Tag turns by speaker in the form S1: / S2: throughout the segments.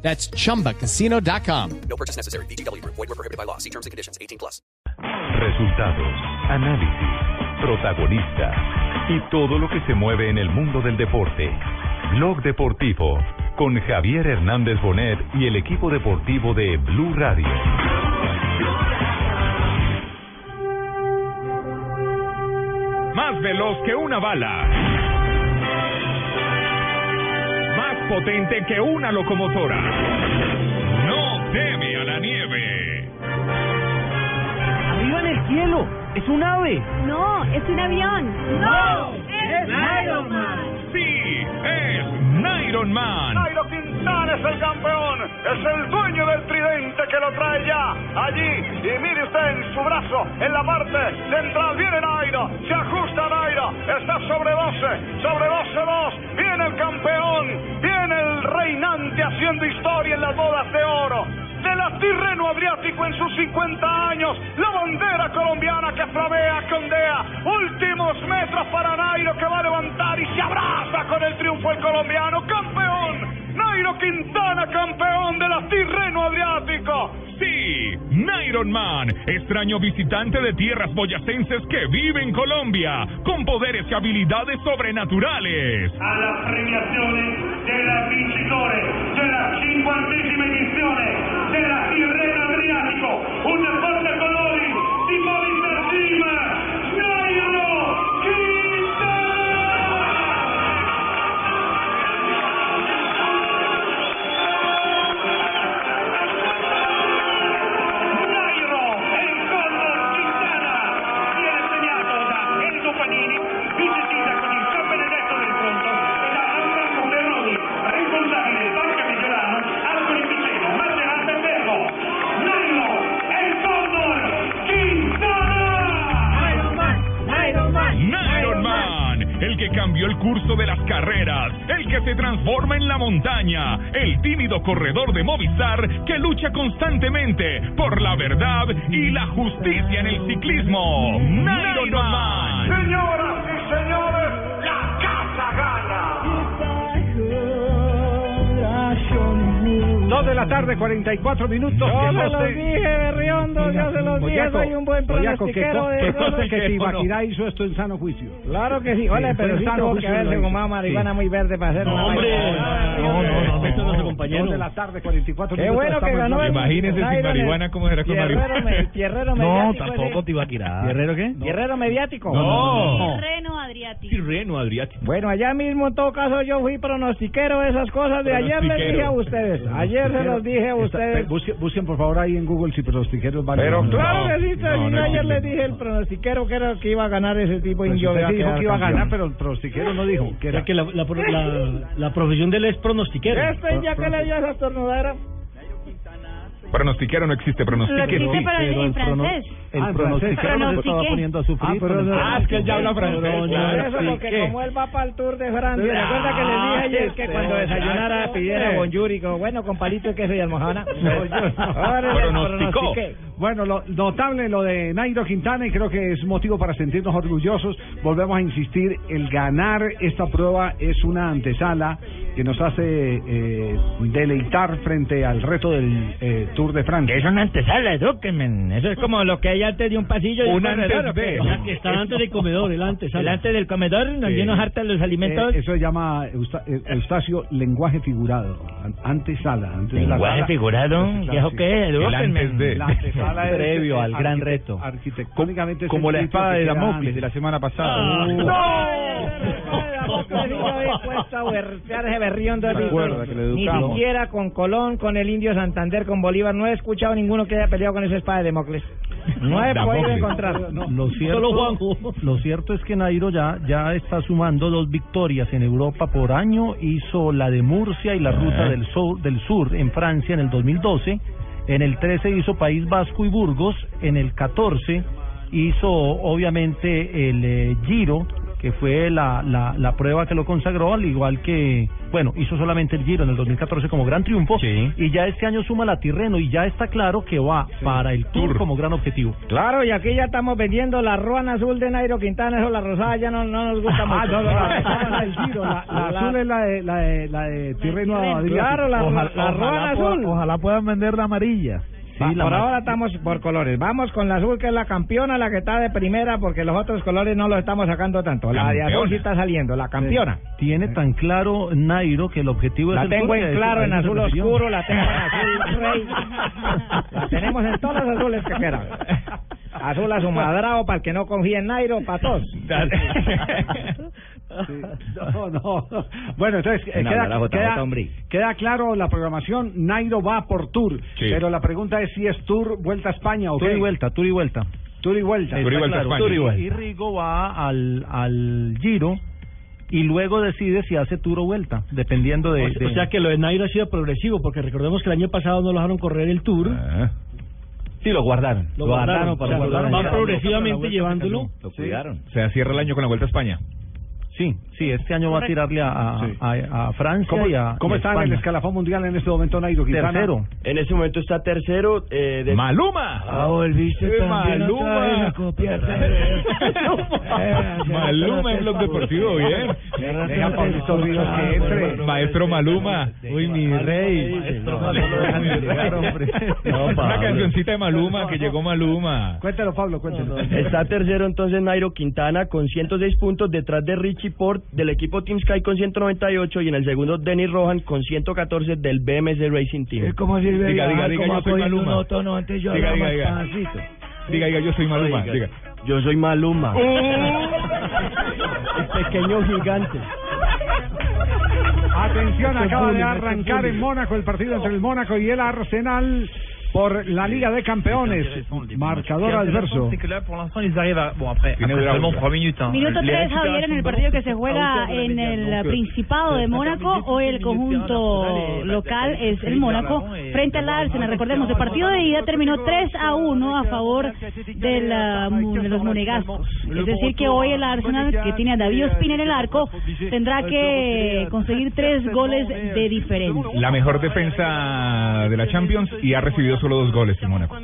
S1: That's chumbacasino.com.
S2: No purchase necessary. BGW. Void were prohibited by law. See terms and conditions. 18 plus.
S3: Resultados, análisis, protagonistas y todo lo que se mueve en el mundo del deporte. Blog Deportivo con Javier Hernández Bonet y el equipo deportivo de Blue Radio.
S4: Más veloz que una bala. Más potente que una locomotora. No teme a la nieve.
S5: Arriba en el cielo, es un ave.
S6: No, es un avión. No,
S5: es Iron Man.
S4: Sí, es Iron Man.
S7: Nairo Quintana es el campeón, es el dueño del tridente que lo trae ya allí. Y mire usted en su brazo, en la parte central, viene Nairo, se ajusta Nairo, está sobre 12, sobre 12, 2, viene el campeón, viene el reinante haciendo historia en las bodas de oro. Del Tirreno Adriático en sus 50 años, la bandera colombiana que flamea, condea, últimos metros para Nairo que va a levantar y se abraza con el triunfo el colombiano, campeón, Nairo Quintana, campeón del Tirreno Adriático.
S4: Sí, Iron Man, extraño visitante de tierras boyacenses que vive en Colombia, con poderes y habilidades sobrenaturales.
S8: a las premiazioni della vincitore della cinquantesima edizione della Tirreno Adriatico, un forte colori simbolizzativa, Nairo Quintana! Nairo è il gol del Quintana, viene segnato da Enzo Panini, vincitista con il San Benedetto del Conto e da Alberto Perroni, responsabile del Parco Michelano, Alcoli Piceno, Maserata e Bergo. Nairo è il gol del Quintana!
S4: Iron Man, el que cambió el curso de las carreras, el que se transforma en la montaña, el tímido corredor de Movistar que lucha constantemente por la verdad y la justicia en el ciclismo. Iron Man.
S7: Señoras y señores, la casa gana.
S5: Dos de la tarde, 44 minutos.
S9: Yo se los
S5: sé.
S9: dije, Berriondo, yo se los dije,
S5: Boyaco,
S9: soy un buen
S5: Boyaco, que
S9: pronosticero
S5: co-
S9: de
S5: que conste
S9: goles.
S5: que Tibaquirá hizo esto en sano juicio.
S9: Claro que sí, oye,
S5: Sí,
S9: pero
S5: fue
S9: sí
S5: sano
S9: tuvo que
S5: juicio lo
S9: haberse
S5: hizo.
S9: fumado marihuana
S5: Sí.
S9: muy verde para hacer una vaina.
S7: este
S5: Dos de la tarde, 44
S9: Qué
S5: minutos.
S9: bueno que
S5: estamos en
S9: ganó.
S5: Blog
S4: Imagínese sin
S9: Iron Man.
S4: marihuana cómo era con
S9: Tierrero
S4: marihuana.
S9: me- Tierrero mediático. ese.
S5: Tibaquirá.
S9: ¿Tierrero qué? Tierrero mediático.
S6: Terreno Adriático.
S4: Tirreno Adriático.
S9: Bueno, allá mismo en todo caso yo fui pronostiquero de esas cosas de ayer les dije a ustedes. Ayer se los dije a ustedes.
S5: Busquen, busquen, por favor ahí en Google si pronostiqueros vale.
S4: Pero
S5: No.
S4: claro
S9: Claro que sí,
S4: No, no
S9: señor, ayer
S4: existe.
S9: le dije el pronostiquero que era el que iba a ganar ese tipo
S5: Pues
S9: y yo
S5: usted
S9: le
S5: sí dijo que iba a ganar,
S9: pero
S5: pero el pronostiquero no dijo. Que era
S10: que la, la, pro- la- la profesión de él es pronostiquero.
S9: este ya que le dio esa estornudadera.
S4: Pronostiquero no existe,
S6: Lo
S4: pronostiquero.
S6: existe, pero en, en francés.
S5: el
S9: Ah, en
S5: pronostiquero
S6: francés.
S5: nos estaba
S6: Pronostiqué.
S5: poniendo a sufrir.
S9: Ah, pero
S5: con el-
S9: no-
S4: Ah, es que él ya habla francés,
S5: Pero-
S9: Por
S4: claro.
S9: eso,
S4: sí, ¿qué?
S9: porque como él va para el Tour de Francia,
S5: Ah,
S9: recuerda que le dije ayer que
S5: este,
S9: cuando desayunara
S7: Ah,
S5: exacto.
S9: pidiera bonjour y como, bueno, con palito y queso y almohada. Ahora le
S4: Pronosticó.
S9: pronostiqué.
S5: Bueno, lo notable lo de Nairo Quintana y creo que es motivo para sentirnos orgullosos. Volvemos a insistir, el ganar esta prueba es una antesala que nos hace eh, deleitar frente al reto del eh, Tour de Francia.
S9: Es una antesala, edúquenme. Mm, Eso es como lo que hay antes de un pasillo y
S4: Un
S9: un
S4: antes
S9: corredor. ¿o qué?
S4: de.
S10: Ya que está antes del comedor, el antes. ¿sabes?
S9: El antes del comedor, donde
S4: Sí.
S9: nos hartan los alimentos.
S5: Eh, eso se llama Eusta- eh, Eustacio lenguaje figurado, an- antesala. Antes de la
S9: Lenguaje
S5: sala.
S9: figurado,
S5: Sí, claro,
S9: ¿viejo
S5: sí.
S9: qué?
S4: El
S9: Edúquenme.
S4: antes de.
S5: La antesala es
S9: Previo al gran
S5: arquite-
S9: reto.
S5: Arquitectónicamente es
S11: Como
S5: el
S11: la
S5: sitio
S11: espada
S5: que
S11: de
S5: queda
S11: Damocles
S5: antes. Ah,
S11: de la semana pasada.
S12: Uh.
S11: ¿Se acuerda que le
S9: Ni
S11: educamos?
S9: siquiera con Colón, con el indio Santander, con Bolívar, no he escuchado ninguno que haya peleado con esa espada de Democles. No he
S4: Damocles.
S9: podido encontrar.
S11: Lo
S10: Solo Juanjo.
S11: lo cierto es que Nairo ya, ya está sumando dos victorias en Europa por año. Hizo la de Murcia y la ruta del sur, del sur en Francia en el 2012. En el 13 hizo País Vasco y Burgos. En el 14 hizo obviamente el eh, Giro, que fue la, la, la prueba que lo consagró, al igual que, bueno, hizo solamente el Giro en el 2014 como gran triunfo. Y ya este año suma la Tirreno y ya está claro que va para el Tour como gran objetivo.
S9: Claro, y aquí ya estamos vendiendo la ruana azul de Nairo Quintana, eso la rosada ya no, no nos gusta mucho.
S5: Ah, no, no, la, no, la del Giro, la, la azul es la de, la de, la de Tirreno Adriático.
S9: Claro, la,
S5: Ojalá-
S9: la ruana
S5: ojalá
S9: azul.
S5: pueda-
S9: Ojalá puedan vender la amarilla.
S11: Sí, la
S9: por
S11: ma-
S9: ahora estamos por colores. Vamos con la azul, que es la campeona, la que está de primera, porque los otros colores no los estamos sacando tanto. La de azul
S11: Campeona.
S9: sí está saliendo, la campeona.
S11: Tiene tan claro Nairo que el objetivo
S9: La
S11: es el
S9: tengo
S11: Tour,
S9: en
S11: que a eso-
S9: claro,
S11: a
S9: en
S11: eso se
S9: azul
S11: refirió.
S9: oscuro, la tengo en azul rey. La tenemos en todos los azules que quieran. Azul asumadrado para el que no confía en Nairo, para todos.
S5: No, no. Bueno, entonces eh,
S9: En hablar a
S5: queda,
S9: JJ,
S5: queda-
S9: hombre.
S5: queda claro la programación. Nairo va por Tour, pero la pregunta es si es Tour Vuelta a España o
S11: Tour
S5: qué.
S11: y vuelta, Tour y vuelta.
S5: Tour y vuelta.
S11: Está claro.
S5: Tour y
S11: Y
S5: vuelta.
S11: Rigo va al, al Giro y luego decide si hace Tour o vuelta, dependiendo de...
S13: O,
S11: de-
S13: o sea que lo de Nairo ha sido progresivo, porque recordemos que el año pasado no lo dejaron correr el Tour.
S9: Ah.
S7: Sí, lo guardaron.
S13: Lo guardaron,
S7: para
S13: o sea,
S7: lo guardaron.
S13: van progresivamente llevándolo.
S7: Lo cuidaron.
S4: O sea, cierra el año con la Vuelta a España.
S11: Sí, sí, este año va a
S5: Correcto.
S11: tirarle a, a, a- a Francia
S5: ¿Cómo,
S11: y a
S5: cómo
S11: y a
S5: está en el
S11: España.
S5: escalafón mundial en este momento Nairo Quintana?
S7: En ese momento está tercero. Eh, de...
S5: ¡Maluma!
S7: Ah, volviste
S5: Eh,
S7: también
S5: Maluma.
S7: otra vez a copiar.
S4: Maluma en Blog Deportivo, bien.
S5: Venga, Pablito Ríos, que entre.
S4: Maestro Maluma. Uy, mi rey. Una cancioncita de Maluma, que llegó Maluma.
S5: Cuéntalo, Pablo, cuéntalo.
S7: Está tercero entonces Nairo Quintana con 106 puntos detrás de Richie Port del equipo Team Sky con 198 y en el segundo Denis Rohan con 114 del BMC Racing
S11: Eh,
S7: Team.
S4: ¿Cómo sirve? Diga, diga, diga, yo soy
S7: yo
S4: Maluma. diga, diga,
S7: hablaba
S4: diga. Diga, diga, yo soy Maluma.
S7: Oiga.
S4: Diga.
S7: Yo soy Maluma.
S9: Eh.
S4: Uh.
S7: El pequeño gigante.
S5: Atención,
S7: Este
S5: acaba de
S7: público,
S5: arrancar
S7: este
S5: en
S7: público.
S5: Mónaco el partido entre el Mónaco y el Arsenal por la Liga de Campeones. Marcador adverso.
S14: C'est que là, pour l'instant, ils arrivent à. Bon, après,
S5: Bien
S14: après
S5: obrado.
S14: seulement 3 minutes. Hein.
S15: Minuto
S14: Les
S15: 3,
S14: récupérations
S15: Javier, en el
S14: de
S15: partido
S14: ballon,
S15: que se
S14: à
S15: juega
S14: hauteur de la
S15: en
S14: médiane.
S15: el
S14: Donc, euh,
S15: Principado de Mónaco o el conjunto local es el Mónaco frente al Arsenal. Recordemos, el partido de ida terminó 3 a 1 a favor del, ah, mu- de los monegascos. Es decir, que hoy el Arsenal, que tiene a David Ospina en el arco, tendrá que conseguir tres goles de diferencia.
S4: La mejor defensa de la Champions y ha recibido solo dos goles en Mónaco.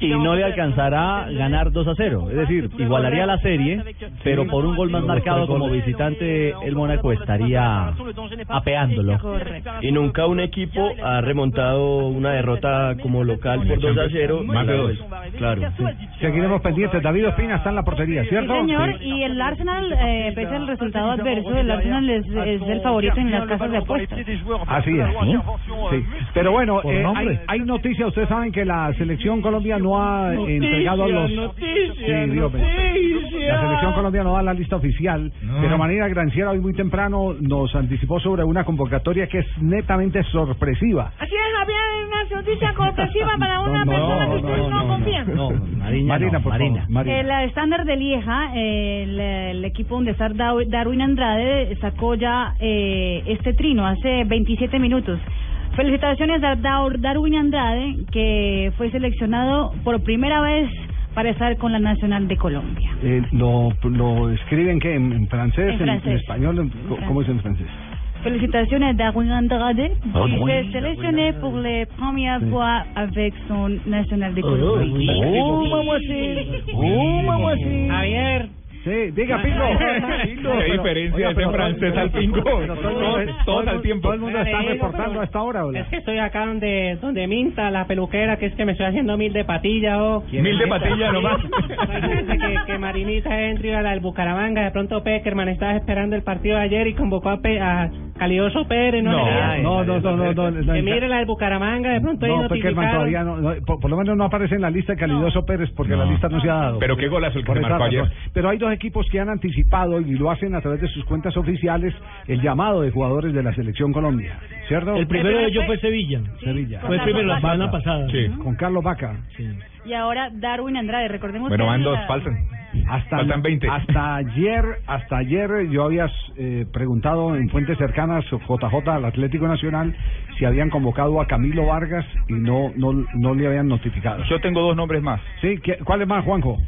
S7: Y no le alcanzará a ganar 2 a 0. Es decir, igualaría la serie, pero por un gol más marcado como visitante, el Mónaco estaría apeándolo. Y nunca un equipo ha remontado una derrota como local por 2 a 0.
S5: Más de dos.
S7: Claro.
S5: Seguiremos pendientes. David Ospina está en la portería, ¿cierto?
S15: Sí, señor, y el Arsenal, eh, pese al resultado adverso, el Arsenal es, es el favorito en las casas de apuestas.
S5: Así es. Sí. Pero bueno,
S15: Por
S5: eh,
S15: nombre.
S5: hay, hay noticias. Ustedes saben que la selección Colombia no ha entregado los. Sí, Dios mío. La selección Colombia no da la lista oficial, pero Manera Granciera hoy muy temprano nos anticipó sobre una convocatoria que es netamente sorpresiva.
S16: Así es, Javier, una noticia comprensiva para una
S5: No,
S16: persona que
S5: no,
S16: ustedes no,
S5: no, no,
S16: confían.
S5: Marina, por favor, Marina.
S15: El estándar de Lieja, eh, el, el equipo donde está Dar- Darwin Andrade, sacó ya eh, este trino hace 27 minutos. Felicitaciones a Dar- Darwin Andrade, que fue seleccionado por primera vez para estar con la Nacional de Colombia.
S5: Eh, lo, lo escriben que en, en francés,
S15: En
S5: en, en
S15: francés.
S5: español, en- co- ¿cómo es en francés?
S15: Félicitaciones a Darwin Andrade,
S5: Ah,
S15: qui
S5: oui.
S15: s'est sélectionné pour la première
S5: Sí.
S15: fois avec son National de Colombia.
S5: Oh,
S15: mamacita.
S5: Oh, mamacita.
S15: Javier.
S5: Sí, diga, Pingo. Pingo,
S4: Qué
S5: pero-
S4: diferencia
S5: oiga,
S4: ese
S5: pero-
S4: francés al pingo.
S5: pero todo el mundo-
S4: Todos-
S5: todo el
S4: Todos
S5: mundo-
S4: al tiempo.
S5: todo el mundo está reportando a esta hora, ¿o no?
S17: Es que estoy acá donde, donde minta la peluquera, que es que me estoy haciendo mil de patilla o...
S4: Mil de patilla nomás.
S17: Imagínate que, que Marinita entre a la del Bucaramanga, de pronto Peckerman estaba esperando el partido de ayer y convocó a, Pe- a Calioso Pérez. No,
S5: no, no, no, no, no, no.
S17: Que mire la del Bucaramanga, de pronto ahí
S5: No, Peckerman
S17: notificaron.
S5: todavía no, no, por, por lo menos no aparece en la lista de Calidoso Pérez porque la lista no se ha dado.
S4: Pero qué golazo el que
S5: Por
S4: se
S5: esa
S4: marcó ayer.
S5: razón. Pero hay dos equipos que han anticipado y lo hacen a través de sus cuentas oficiales el llamado de jugadores de la selección Colombia, ¿cierto?
S13: El primero de ellos fue Sevilla.
S5: Sevilla.
S13: Fue el primero la semana pasada.
S5: Con Carlos Vaca.
S15: Y ahora Darwin Andrade, recordemos
S4: Bueno,
S15: que
S4: van
S15: en
S4: dos,
S15: la-
S4: faltan.
S5: Hasta,
S12: Faltan 20.
S5: hasta ayer, hasta ayer yo había eh, preguntado en fuentes cercanas JJ al Atlético Nacional si habían convocado a Camilo Vargas y no no, no le habían notificado.
S12: Yo tengo dos nombres más.
S5: Sí, ¿cuáles más, Juanjo?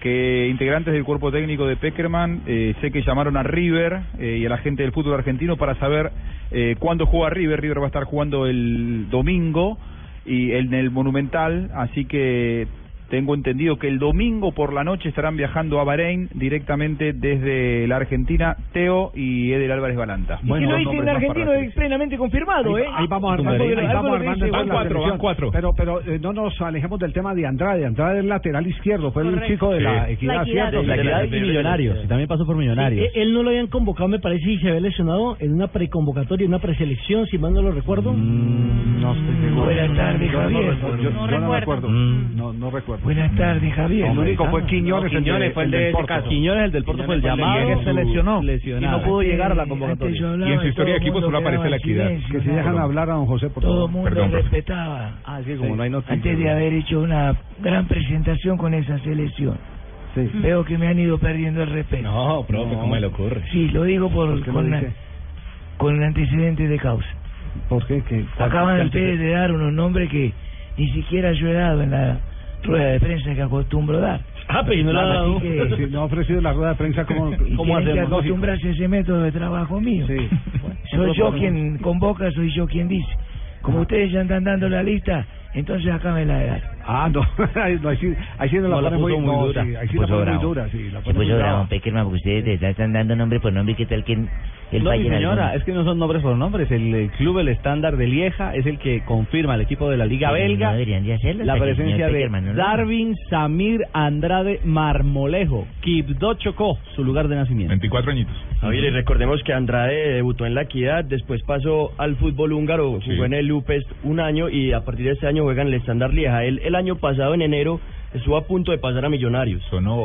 S12: Que integrantes del cuerpo técnico de Peckerman, eh, sé que llamaron a River eh, y a la gente del fútbol argentino para saber eh, cuándo juega River. River va a estar jugando el domingo y en el Monumental, así que tengo entendido que el domingo por la noche estarán viajando a Bahrein directamente desde la Argentina, Teo y Edel Álvarez Balanta.
S9: Y que lo dicen en argentino es plenamente confirmado,
S5: Ahí,
S9: ¿eh?
S5: ahí vamos
S9: Algo
S5: armando,
S9: de-
S5: ahí
S9: algo
S5: vamos
S9: de-
S5: armando. entonces la selección. Pero, pero eh, no nos alejemos del tema de Andrade. Andrade es lateral izquierdo, fue el
S7: Correcto.
S5: chico de la
S7: Sí.
S5: equidad,
S7: La Equidad.
S5: ¿cierto?
S7: La Equidad
S4: y Millonarios, y también pasó por Millonarios.
S7: Eh, Él no lo habían convocado, me parece, y se había lesionado en una preconvocatoria, en una preselección, si mal no lo recuerdo.
S4: Mm,
S5: no estoy seguro.
S7: Buenas tardes,
S5: Yo no
S7: Javier.
S5: recuerdo, yo-
S7: No
S5: yo no me acuerdo.
S7: recuerdo.
S5: No, no recuerdo.
S7: Buenas tardes, Javier.
S5: El único fue Quiñones,
S4: Quiñones
S5: el,
S4: fue el de ese
S5: del Porto.
S4: caso. Quiñones, el del Porto, fue el
S5: Quiñones
S4: llamado,
S5: que
S4: su-
S5: se lesionó.
S4: lesionado. Y no pudo llegar a la convocatoria.
S5: Antes yo hablaba
S4: Y en su
S5: y
S4: historia
S5: todo
S4: de equipos
S5: mundo
S4: solo aparece
S5: quedaba
S4: la equidad.
S5: silencio, Que si dejan hablar a don José, por
S9: Todo
S5: favor.
S9: el mundo
S5: Perdón, profe.
S9: respetaba.
S4: Ah,
S5: como no hay noticias.
S9: Antes de haber hecho una gran presentación con esa selección. Veo que me han ido perdiendo el respeto. No,
S11: profe, ¿cómo le ocurre?
S9: Sí, lo digo por,
S4: Pues,
S11: qué lo
S9: con,
S11: dice?
S9: con el antecedente de causa.
S5: ¿Por qué? ¿Qué- cuál-
S9: Acaban
S5: qué
S9: ustedes de dar unos nombres que ni siquiera yo he dado en la rueda de prensa que acostumbro dar.
S5: Ah, pero no
S9: no la ha dado.
S5: Si no ha ofrecido la rueda de prensa, ¿cómo,
S9: Y
S5: cómo
S9: tienen que
S5: hacemos?
S9: acostumbrarse a ese método de trabajo mío. Soy yo quien convoca, soy yo quien dice. Como ustedes ya andan dando la lista, entonces acá me la dan.
S5: Ah, no, ahí, no, ahí sí, ahí sí no la ponen muy, no, sí, ahí sí la ponen muy dura, sí, la
S18: Se
S9: pues
S5: ponen muy
S18: puso
S5: brava.
S18: bravo, Peckerman, porque ustedes le están dando nombre por nombre, ¿qué tal que el
S4: No, mi
S18: país
S4: señora, es que no son nombres por nombres. El, eh, club, el estándar de Lieja, es el que confirma al equipo de la Liga
S18: Sí,
S4: Belga
S18: no deberían de hacerlo,
S4: la
S18: hasta que el
S4: presencia
S18: señor
S4: de
S18: Peckerman no lo haga.
S4: Darwin Samir Andrade Marmolejo, Kipdo Chocó, su lugar de nacimiento.
S12: 24 añitos.
S11: Javier, y recordemos que Andrade debutó en la Equidad, después pasó al fútbol húngaro, jugó en el Lupest un año y a partir de este año juega en el Standard Lieja. Él el año pasado, en enero, estuvo a punto de pasar a Millonarios.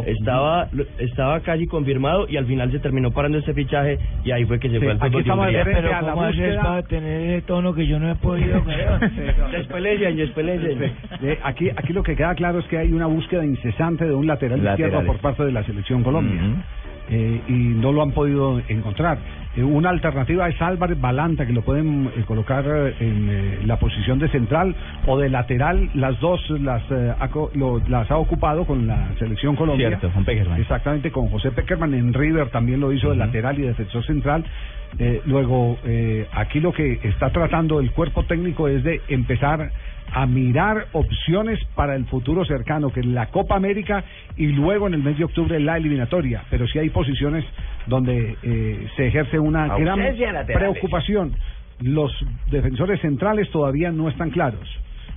S11: Estaba, lo- estaba casi confirmado y al final se terminó parando ese fichaje y ahí fue que se fue al fútbol de Hungría.
S9: Pero ¿cómo haces para tener ese tono que yo no he podido?
S11: Después le decían, después le decían.
S5: Eh, aquí, aquí lo que queda claro es que hay una búsqueda incesante de un lateral
S11: Laterales.
S5: izquierdo por parte de la selección Colombia Eh, y no lo han podido encontrar. Eh, una alternativa es Álvarez Balanta que lo pueden eh, colocar eh, en eh, la posición de central o de lateral. Las dos las eh, ha, co- lo- las ha ocupado con la selección Colombia.
S4: Cierto, con Peckerman.
S5: Exactamente con José Peckerman en River también lo hizo de lateral y defensor central. Eh, luego, eh, aquí lo que está tratando el cuerpo técnico es de empezar a mirar opciones para el futuro cercano, que es la Copa América y luego en el mes de octubre la eliminatoria. Pero sí hay posiciones donde eh, se ejerce una gran
S9: Ausencia de laterales.
S5: preocupación. Los defensores centrales todavía no están claros.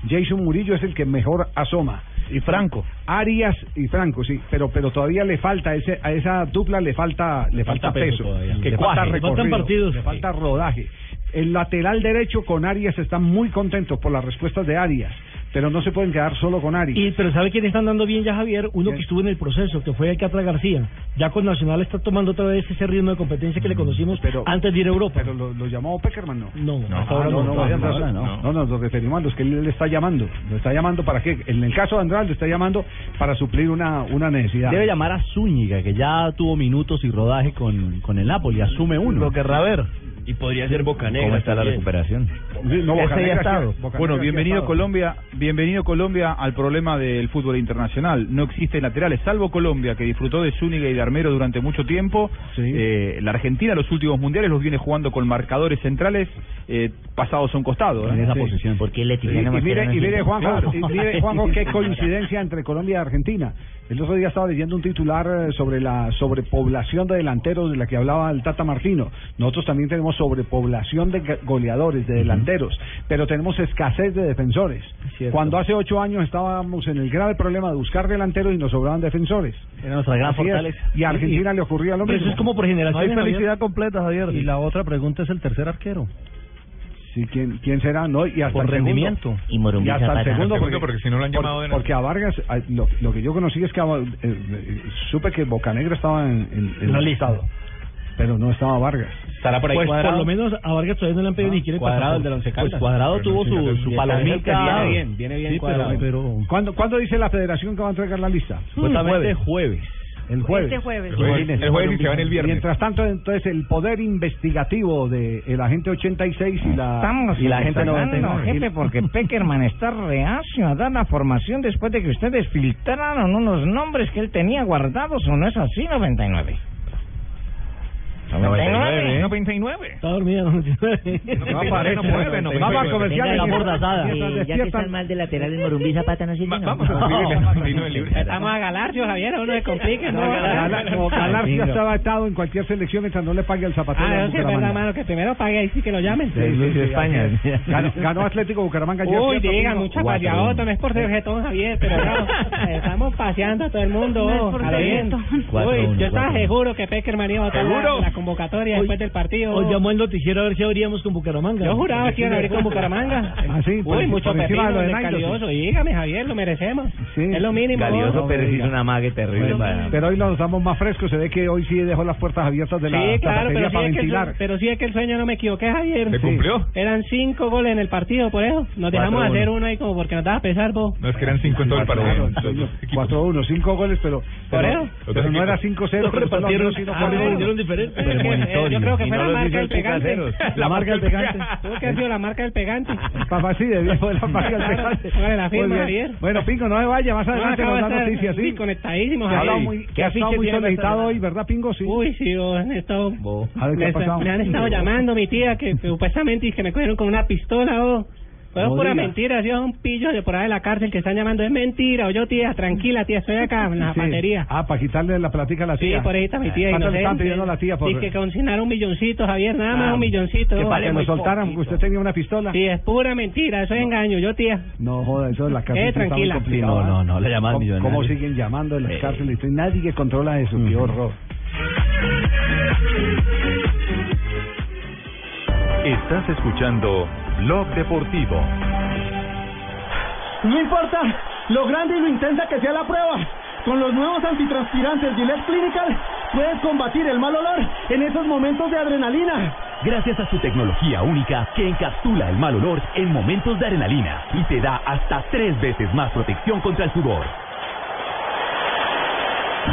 S5: Jason Murillo es el que mejor asoma. Y Franco. Arias y Franco, sí, pero pero todavía le falta ese, a esa dupla le falta le falta,
S4: falta peso
S5: peso,
S4: todavía.
S5: que
S4: Le
S5: falta
S4: cuaje, le faltan
S5: recorrido,
S4: partidos.
S5: le falta rodaje. El lateral derecho con Arias están muy contentos por las respuestas de Arias, pero no se pueden quedar solo con Arias.
S7: Y, pero ¿sabe quién están dando bien ya, Javier? Uno que estuvo en el proceso, que fue el Catra García. Ya con Nacional está tomando otra vez ese ritmo de competencia que le conocimos antes de ir a Europa. Pero
S5: lo, llamó Peckerman, ¿no?
S7: No,
S5: No,
S7: hasta
S5: ah,
S7: ahora
S5: no, no,
S7: Hasta
S5: no,
S7: ahora
S5: no, no, no, nos referimos a los que él le está llamando. ¿Lo está llamando para qué? En el caso de Andrade, le está llamando para suplir una, una necesidad.
S4: Debe llamar a Zúñiga, que ya tuvo minutos y rodaje con, con el Napoli, asume uno. Lo querrá ver.
S5: eh.
S11: Y podría ser Bocanegra.
S4: ¿Cómo está la
S11: también.
S4: recuperación?
S5: No,
S4: Ese
S5: Bocanegra
S4: ya ha
S5: sí-
S4: estado.
S5: Bocanegra
S12: Bueno,
S5: sí ha
S12: bienvenido
S5: estado.
S12: Colombia, bienvenido Colombia al problema del fútbol internacional. No existen laterales, salvo Colombia, que disfrutó de Zúñiga y de Armero durante mucho tiempo. Eh, la Argentina, los últimos mundiales, los viene jugando con marcadores centrales eh, pasados a un costado. ¿eh?
S18: En esa
S12: posición,
S18: porque el
S5: Y, y
S18: etileno
S5: mire, y mire, Juanjo,
S12: Claro.
S5: y mire, Juanjo, qué coincidencia entre Colombia y Argentina. El otro día estaba leyendo un titular eh, sobre la sobrepoblación de delanteros de la que hablaba el Tata Martino. Nosotros también tenemos sobrepoblación de ga- goleadores, de delanteros, pero tenemos escasez de defensores.
S4: Cierto.
S5: Cuando hace ocho años estábamos en el grave problema de buscar delanteros y nos sobraban defensores.
S4: Era nuestra gran
S5: Así es.
S4: fortaleza.
S5: Y a Argentina
S4: Y-
S5: le ocurría lo
S4: Pero
S5: mismo.
S4: eso es como por generaciones,
S5: No hay felicidad
S4: Javier. completa, Javier. Y la otra pregunta es el tercer arquero.
S5: Sí, ¿quién, quién será? No, y hasta
S4: Por
S5: el segundo.
S4: rendimiento. Y Morumbí
S5: Y hasta el
S4: Zapata.
S5: segundo,
S4: El
S5: porque,
S4: segundo, porque si no lo han
S5: por-
S4: llamado de nada.
S5: Porque a Vargas, a- lo, lo que yo conocí es que a- eh, eh, supe que Bocanegra estaba en, en, en
S4: La
S5: el
S4: lista.
S5: listado, pero no estaba Vargas.
S12: Estará por ahí
S19: pues
S12: cuadrado.
S19: por lo menos a Vargas todavía no le han
S11: Ah,
S19: pedido ni quiere
S12: Pues Cuadrado,
S19: pasaporte.
S12: el de Once Caldas.
S19: Pues cuadrado
S12: Pero
S19: tuvo
S12: no,
S19: su,
S12: sí,
S19: su
S12: sí,
S19: palomita. pues,
S12: Viene bien, viene bien
S5: Sí, pero-
S12: cuadrado. Hmm.
S5: pero- ¿Cuándo, cuándo dice la federación que va a entregar la lista?
S12: Supuestamente
S5: jueves. El jueves.
S12: Este jueves. El jueves.
S5: Imagínese.
S12: El jueves y se van el viernes.
S5: Mientras tanto, entonces, el poder investigativo de el agente 86 y la...
S9: Estamos
S5: y la agente
S9: esperando,
S5: 99.
S9: jefe, porque Peckerman está reacio a dar la formación después de que ustedes filtraron unos nombres que él tenía guardados, ¿o no es así, 99? 99.
S20: 99.
S19: Está dormida 99.
S9: No aparece, no puede, no puede. Vamos a comerciales.
S21: Venga,
S9: Mientras-
S21: bordazada.
S9: mientras
S21: Eh, ya que
S9: despiertan.
S21: están mal de lateral en Morumbí, Zapata no sirve. Vamos
S17: Estamos a Galarcio, Javier, a uno se complica, ¿no?
S5: Gala- no, Galarcia estaba atado en cualquier selección mientras no le pague al zapatero.
S17: Ah,
S5: de
S17: eso sí es verdad,
S5: Bucaramanga.
S17: mano, que primero pague y sí que lo llamen.
S5: Sí, sí, sí, así es. Ganó, ganó Atlético Bucaramanga. ayer,
S17: Uy,
S5: ¿cierto,
S17: diga,
S5: Pino?
S17: mucha paseadota, no es por ser jetón, Javier, pero no, estamos paseando a todo el mundo,
S19: No es por
S17: a lo
S19: ser
S17: bien.
S19: jetón.
S17: Uy,
S19: 4-1,
S17: yo estaba
S19: 4-1.
S17: seguro que Peckerman iba a botar
S19: ¿Seguro?
S17: la, la convocatoria
S19: Hoy-
S17: después del partido.
S19: Hoy llamó el noticiero a ver si abríamos con Bucaramanga.
S17: Yo juraba que iban a abrir con Bucaramanga.
S19: Ah, sí, por-
S17: Uy, mucho
S19: por encima de
S17: pepino,
S19: lo de
S17: de
S19: Nairo, sí.
S17: calioso. Dígame, Javier, lo merecemos. Es lo mínimo.
S5: Calioso, pero hizo
S17: una
S22: mague terrible.
S5: Pero hoy nos estamos más frescos. Se ve que hoy sí dejó las puertas abiertas de la
S17: Sí, claro,
S5: zapatería
S17: pero sí,
S5: para
S17: es que el,
S5: ventilar.
S17: sue- pero sí es que el sueño no me equivoqué, Javier.
S5: ¿Se
S17: Sí.
S5: cumplió?
S17: Eran cinco goles en el partido, por eso. Nos dejamos
S5: Cuatro,
S17: hacer
S5: uno.
S17: uno ahí como porque nos daba pesar, vos.
S5: No, es que eran 5 en todo el partido. 4-1, 5 goles, pero.
S17: Por
S5: pero-
S17: eso.
S5: pero no era 5-0, pero solo
S19: repartieron,
S5: sino
S19: ah,
S5: cuatro
S19: repartieron
S5: goles.
S19: diferente.
S5: Pero monitorio,
S17: yo creo que
S5: y
S17: fue
S5: no
S17: la
S5: los
S17: marca
S5: hizo
S17: del
S5: el Tuca
S17: pegante.
S5: Aceros. La marca del pegante. Ah,
S17: Tuvo que haber sido la marca del pegante.
S5: Papá, sí, debió haber la marca del pegante.
S17: Póngale la
S5: Muy
S17: firma,
S5: bien.
S17: Javier.
S5: Bueno, Pingo, no se vaya, más adelante
S17: acabo
S5: nos
S17: de
S5: da
S17: estar
S5: noticias, sí.
S17: Sí, conectadísimos,
S5: Que ha
S17: Javier.
S5: estado muy- que ha estado muy solicitado hoy, ¿verdad, Pingo? Sí.
S17: Uy, sí, vos, han estado...
S5: A ver, ¿qué
S17: me,
S5: ha
S17: está-
S5: pasado?
S17: me han estado llamando mi tía que que supuestamente dice que me cogieron con una pistola o
S5: No
S17: fueron pura
S5: diga.
S17: mentira, sí, un pillo de por ahí de la cárcel que están llamando, es mentira, oye tía, tranquila tía, estoy acá en la
S5: Sí.
S17: zapatería.
S5: Ah, para quitarle la platica a la
S17: Sí,
S5: tía.
S17: por ahí está mi tía
S5: ¿Cuánto le estaban
S17: inocente.
S5: pidiendo a la tía? Por...
S17: Dice que consignar un milloncito, Javier, nada más
S5: Ah,
S17: un milloncito.
S5: que para que lo soltaran, que usted tenía una pistola.
S17: Sí, es pura mentira, eso es engaño, yo tía.
S5: No, joda, eso de las cárceles
S17: Eh,
S5: está muy
S17: tranquila.
S5: complicado,
S17: Sí, no,
S5: ¿eh?
S17: no, no, le llaman
S5: ¿Cómo-
S17: millonario.
S5: ¿Cómo siguen llamando de las cárceles? Y Nadie que controla eso, qué horror.
S23: Estás escuchando Blog Deportivo.
S24: No importa lo grande y lo intensa que sea la prueba. Con los nuevos antitranspirantes Gillette Clinical puedes combatir el mal olor en esos momentos de adrenalina.
S11: Gracias a su tecnología única que encapsula el mal olor en momentos de adrenalina y te da hasta tres veces más protección contra el sudor.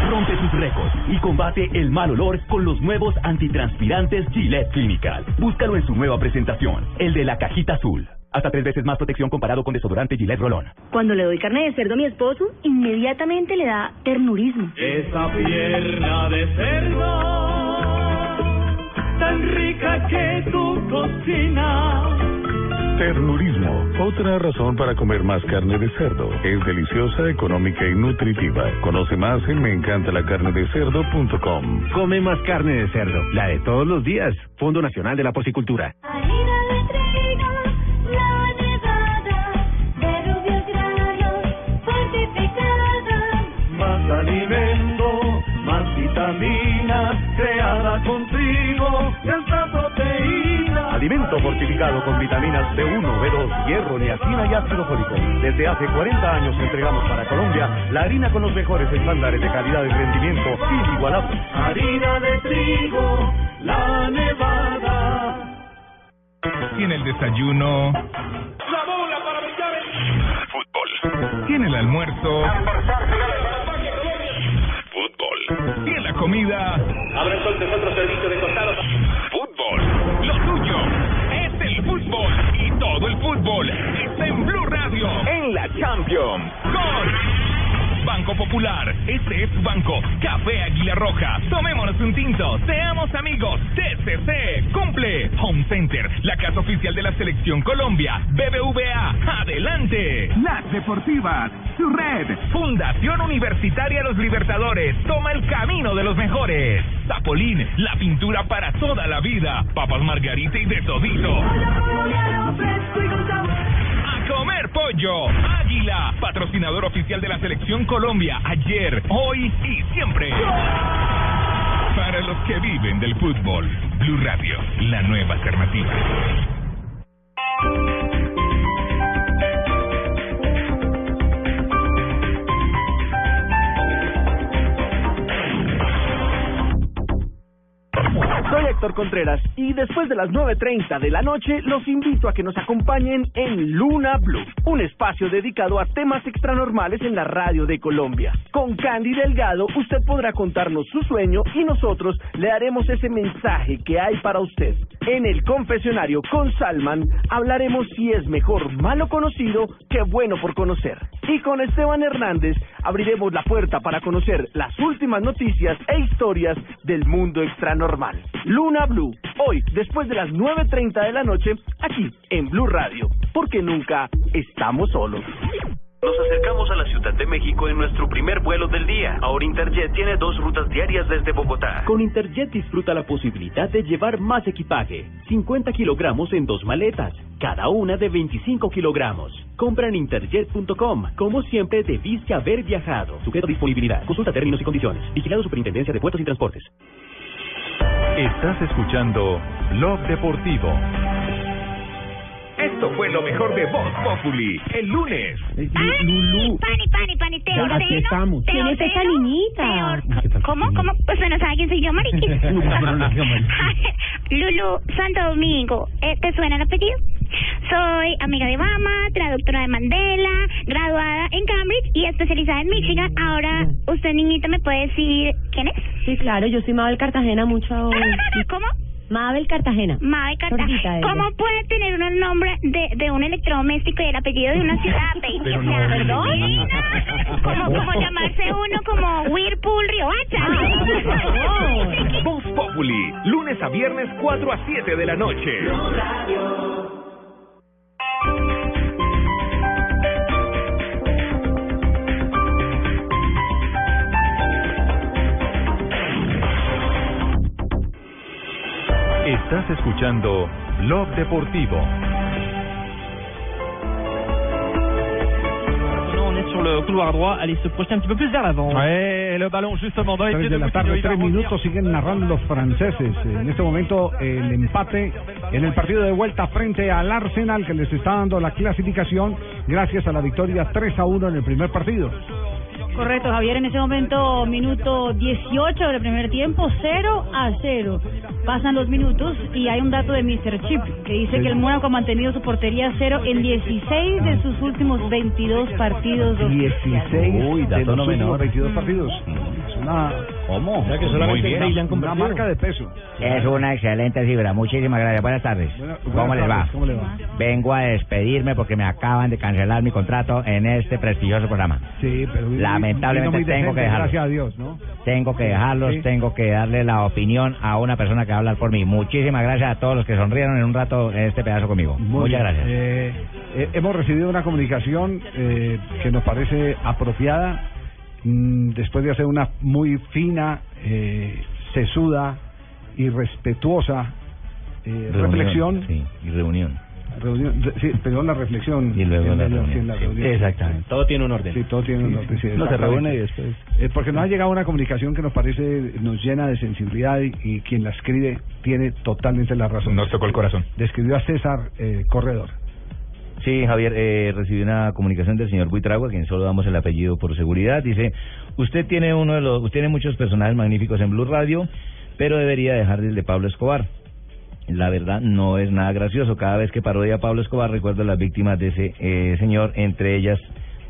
S11: Rompe sus récords y combate el mal olor con los nuevos antitranspirantes Gillette Clinical. Búscalo en su nueva presentación, el de la cajita azul. Hasta tres veces más protección comparado con desodorante Gillette Rolón.
S15: Cuando le doy carne de cerdo a mi esposo, inmediatamente le da ternurismo.
S7: Esa pierna de cerdo, tan rica que tú cocinas.
S3: Ternurismo, otra razón para comer más carne de cerdo. Es deliciosa, económica y nutritiva. Conoce más en meencantalacarnedecerdo.com.
S25: Come más carne de cerdo, la de todos los días. Fondo Nacional de la Porcicultura.
S7: Harina de trigo, la nevada, de rubios granos, fortificada. Más alimento, más vitamina, creada con trigo, tanta proteína.
S3: Alimento fortificado con vitaminas B1, B2, hierro, niacina y ácido fólico. Desde hace 40 años entregamos para Colombia la harina con los mejores estándares de calidad de rendimiento inigualables.
S7: Harina de trigo, la nevada.
S4: Tiene el desayuno,
S7: La bola para brillar el
S4: tiene el almuerzo. Fútbol. Tiene la comida.
S7: Habrá entonces otro servicio de costados.
S4: Fútbol. Lo tuyo es el fútbol. Y todo el fútbol está en Blue Radio. En la Champions. Gol. Banco Popular. Este es tu banco. Café Águila Roja. Tomémonos un tinto. Seamos amigos. TCC. Cumple. Home Center. La casa oficial de la Selección Colombia. BBVA. Adelante. Las Deportivas. Su red. Fundación Universitaria Los Libertadores. Toma el camino de los mejores. Zapolín. La pintura para toda la vida. Papas Margarita y de todito. A comer pollo. Águila, patrocinador oficial de la selección Colombia, ayer, hoy y siempre. Para los que viven del fútbol, Blue Radio, la nueva alternativa.
S26: Soy Héctor
S11: Néstor Contreras y después de las 9.30 de la noche los invito a que nos acompañen en Luna Blue, un espacio dedicado a temas extranormales en la radio de Colombia. Con Candy Delgado usted podrá contarnos su sueño y nosotros le daremos ese mensaje que hay para usted. En el confesionario con Salman hablaremos si es mejor malo conocido que bueno por conocer. Y con Esteban Hernández abriremos la puerta para conocer las últimas noticias e historias del mundo extranormal. Luna Blue, hoy después de las 9.30 de la noche, aquí en Blue Radio, porque nunca estamos solos.
S13: Nos acercamos a la Ciudad de México en nuestro primer vuelo del día. Ahora Interjet tiene dos rutas diarias desde Bogotá.
S27: Con Interjet disfruta la posibilidad de llevar más equipaje. 50 kilogramos en dos maletas, cada una de 25 kilogramos. Compra en interjet.com. Como siempre, debiste haber viajado. Sujeta a disponibilidad. Consulta términos y condiciones. Vigilado Superintendencia de Puertos y Transportes.
S3: Estás escuchando Blog Deportivo.
S4: Esto fue lo mejor de Voz Populi. El lunes.
S28: Lulú. Pani, pani, pani, te
S4: Ya,
S28: ordeno.
S4: aquí estamos.
S28: Te
S4: ¿Quién
S28: ordeno,
S4: es esa
S28: te or- ¿Cómo? ¿Cómo? Pues bueno, ¿sabe quién soy yo, mariquita? Lulu, Santo Domingo, ¿eh, ¿te suena el apellido? Soy amiga de Obama, traductora de Mandela, graduada en Cambridge y especializada en Michigan. Ahora, usted, niñita, me puede decir quién es.
S7: Sí, claro, yo soy Mabel Cartagena mucho ahora.
S28: ¿Cómo?
S7: Mabel Cartagena.
S28: Mabel
S7: Sortita
S28: Cartagena.
S7: ella.
S28: ¿Cómo puede tener un nombre de, de un electrodoméstico y el apellido de una ciudad, baby?
S7: Pero
S28: O
S7: no,
S28: sea,
S7: ¿perdón?
S28: divina. Como, como llamarse uno como Whirlpool Riohacha.
S4: Voz Populi, lunes a viernes 4 a 7 de la noche.
S3: Estás escuchando Blog Deportivo.
S14: Maintenant, on est sur le couloir droit. Allez se projeter un petit peu plus vers l'avant.
S5: Ouais,
S14: le ballon justement dans
S5: Tres de la tarde, tres minutos, siguen narrando los franceses. En este momento el empate en el partido de vuelta frente al Arsenal que les está dando la clasificación gracias a la victoria 3 a 1 en el primer partido.
S15: Correcto, Javier, en ese momento minuto 18 del primer tiempo, 0 a 0. Pasan los minutos y hay un dato de Mr. Chip que dice
S5: Sí.
S15: que el Mónaco ha mantenido su portería cero en 16 de sus últimos 22 partidos.
S5: 16
S15: Uy,
S5: de
S15: dato
S5: los
S15: no
S5: últimos
S15: menor.
S5: 22 partidos. Es una,
S29: ¿Cómo?
S5: o sea que solamente brillan con una marca de peso.
S29: Es una excelente cifra. Muchísimas gracias. Buenas tardes.
S5: Buena- buenas
S29: ¿Cómo les va?
S5: tardes, ¿Cómo le va?
S29: Vengo a despedirme porque me acaban de cancelar mi contrato en este prestigioso programa.
S5: Sí, pero
S29: Lamentablemente
S5: vino muy
S29: tengo que dejarlo.
S5: Gracias a Dios, ¿no?
S29: Tengo que dejarlos,
S5: Sí.
S29: tengo que darle la opinión a una persona que va a hablar por mí. Muchísimas gracias a todos los que sonrieron en un rato en este pedazo conmigo. Muchas
S5: Muy bien.
S29: gracias.
S5: Eh, eh, hemos recibido una comunicación eh, que nos parece apropiada mm, después de hacer una muy fina, eh, sesuda y respetuosa eh,
S29: Reunión,
S5: reflexión.
S29: Sí, y reunión.
S5: Reunión, re- sí, perdón, la reflexión.
S29: Y luego
S5: Sí,
S29: la
S5: sí,
S29: reunión.
S5: la reunión.
S29: Exactamente. Todo tiene un orden.
S5: Sí, todo tiene un orden. sí,
S29: No se
S5: exactamente.
S29: reúne y después.
S5: Eh, porque
S9: Ah.
S5: nos ha llegado una comunicación que nos parece, nos llena de sensibilidad y, y quien la escribe tiene totalmente la razón.
S9: Nos tocó el corazón.
S5: Describió a César eh, Corredor.
S9: Sí, Javier, eh, recibí una comunicación del señor Buitrago, a quien solo damos el apellido por seguridad. Dice, usted tiene uno de los, usted tiene muchos personajes magníficos en Blue Radio, pero debería dejar el de Pablo Escobar. La verdad no es nada gracioso. Cada vez que parodia a Pablo Escobar recuerdo a las víctimas de ese eh, señor, entre ellas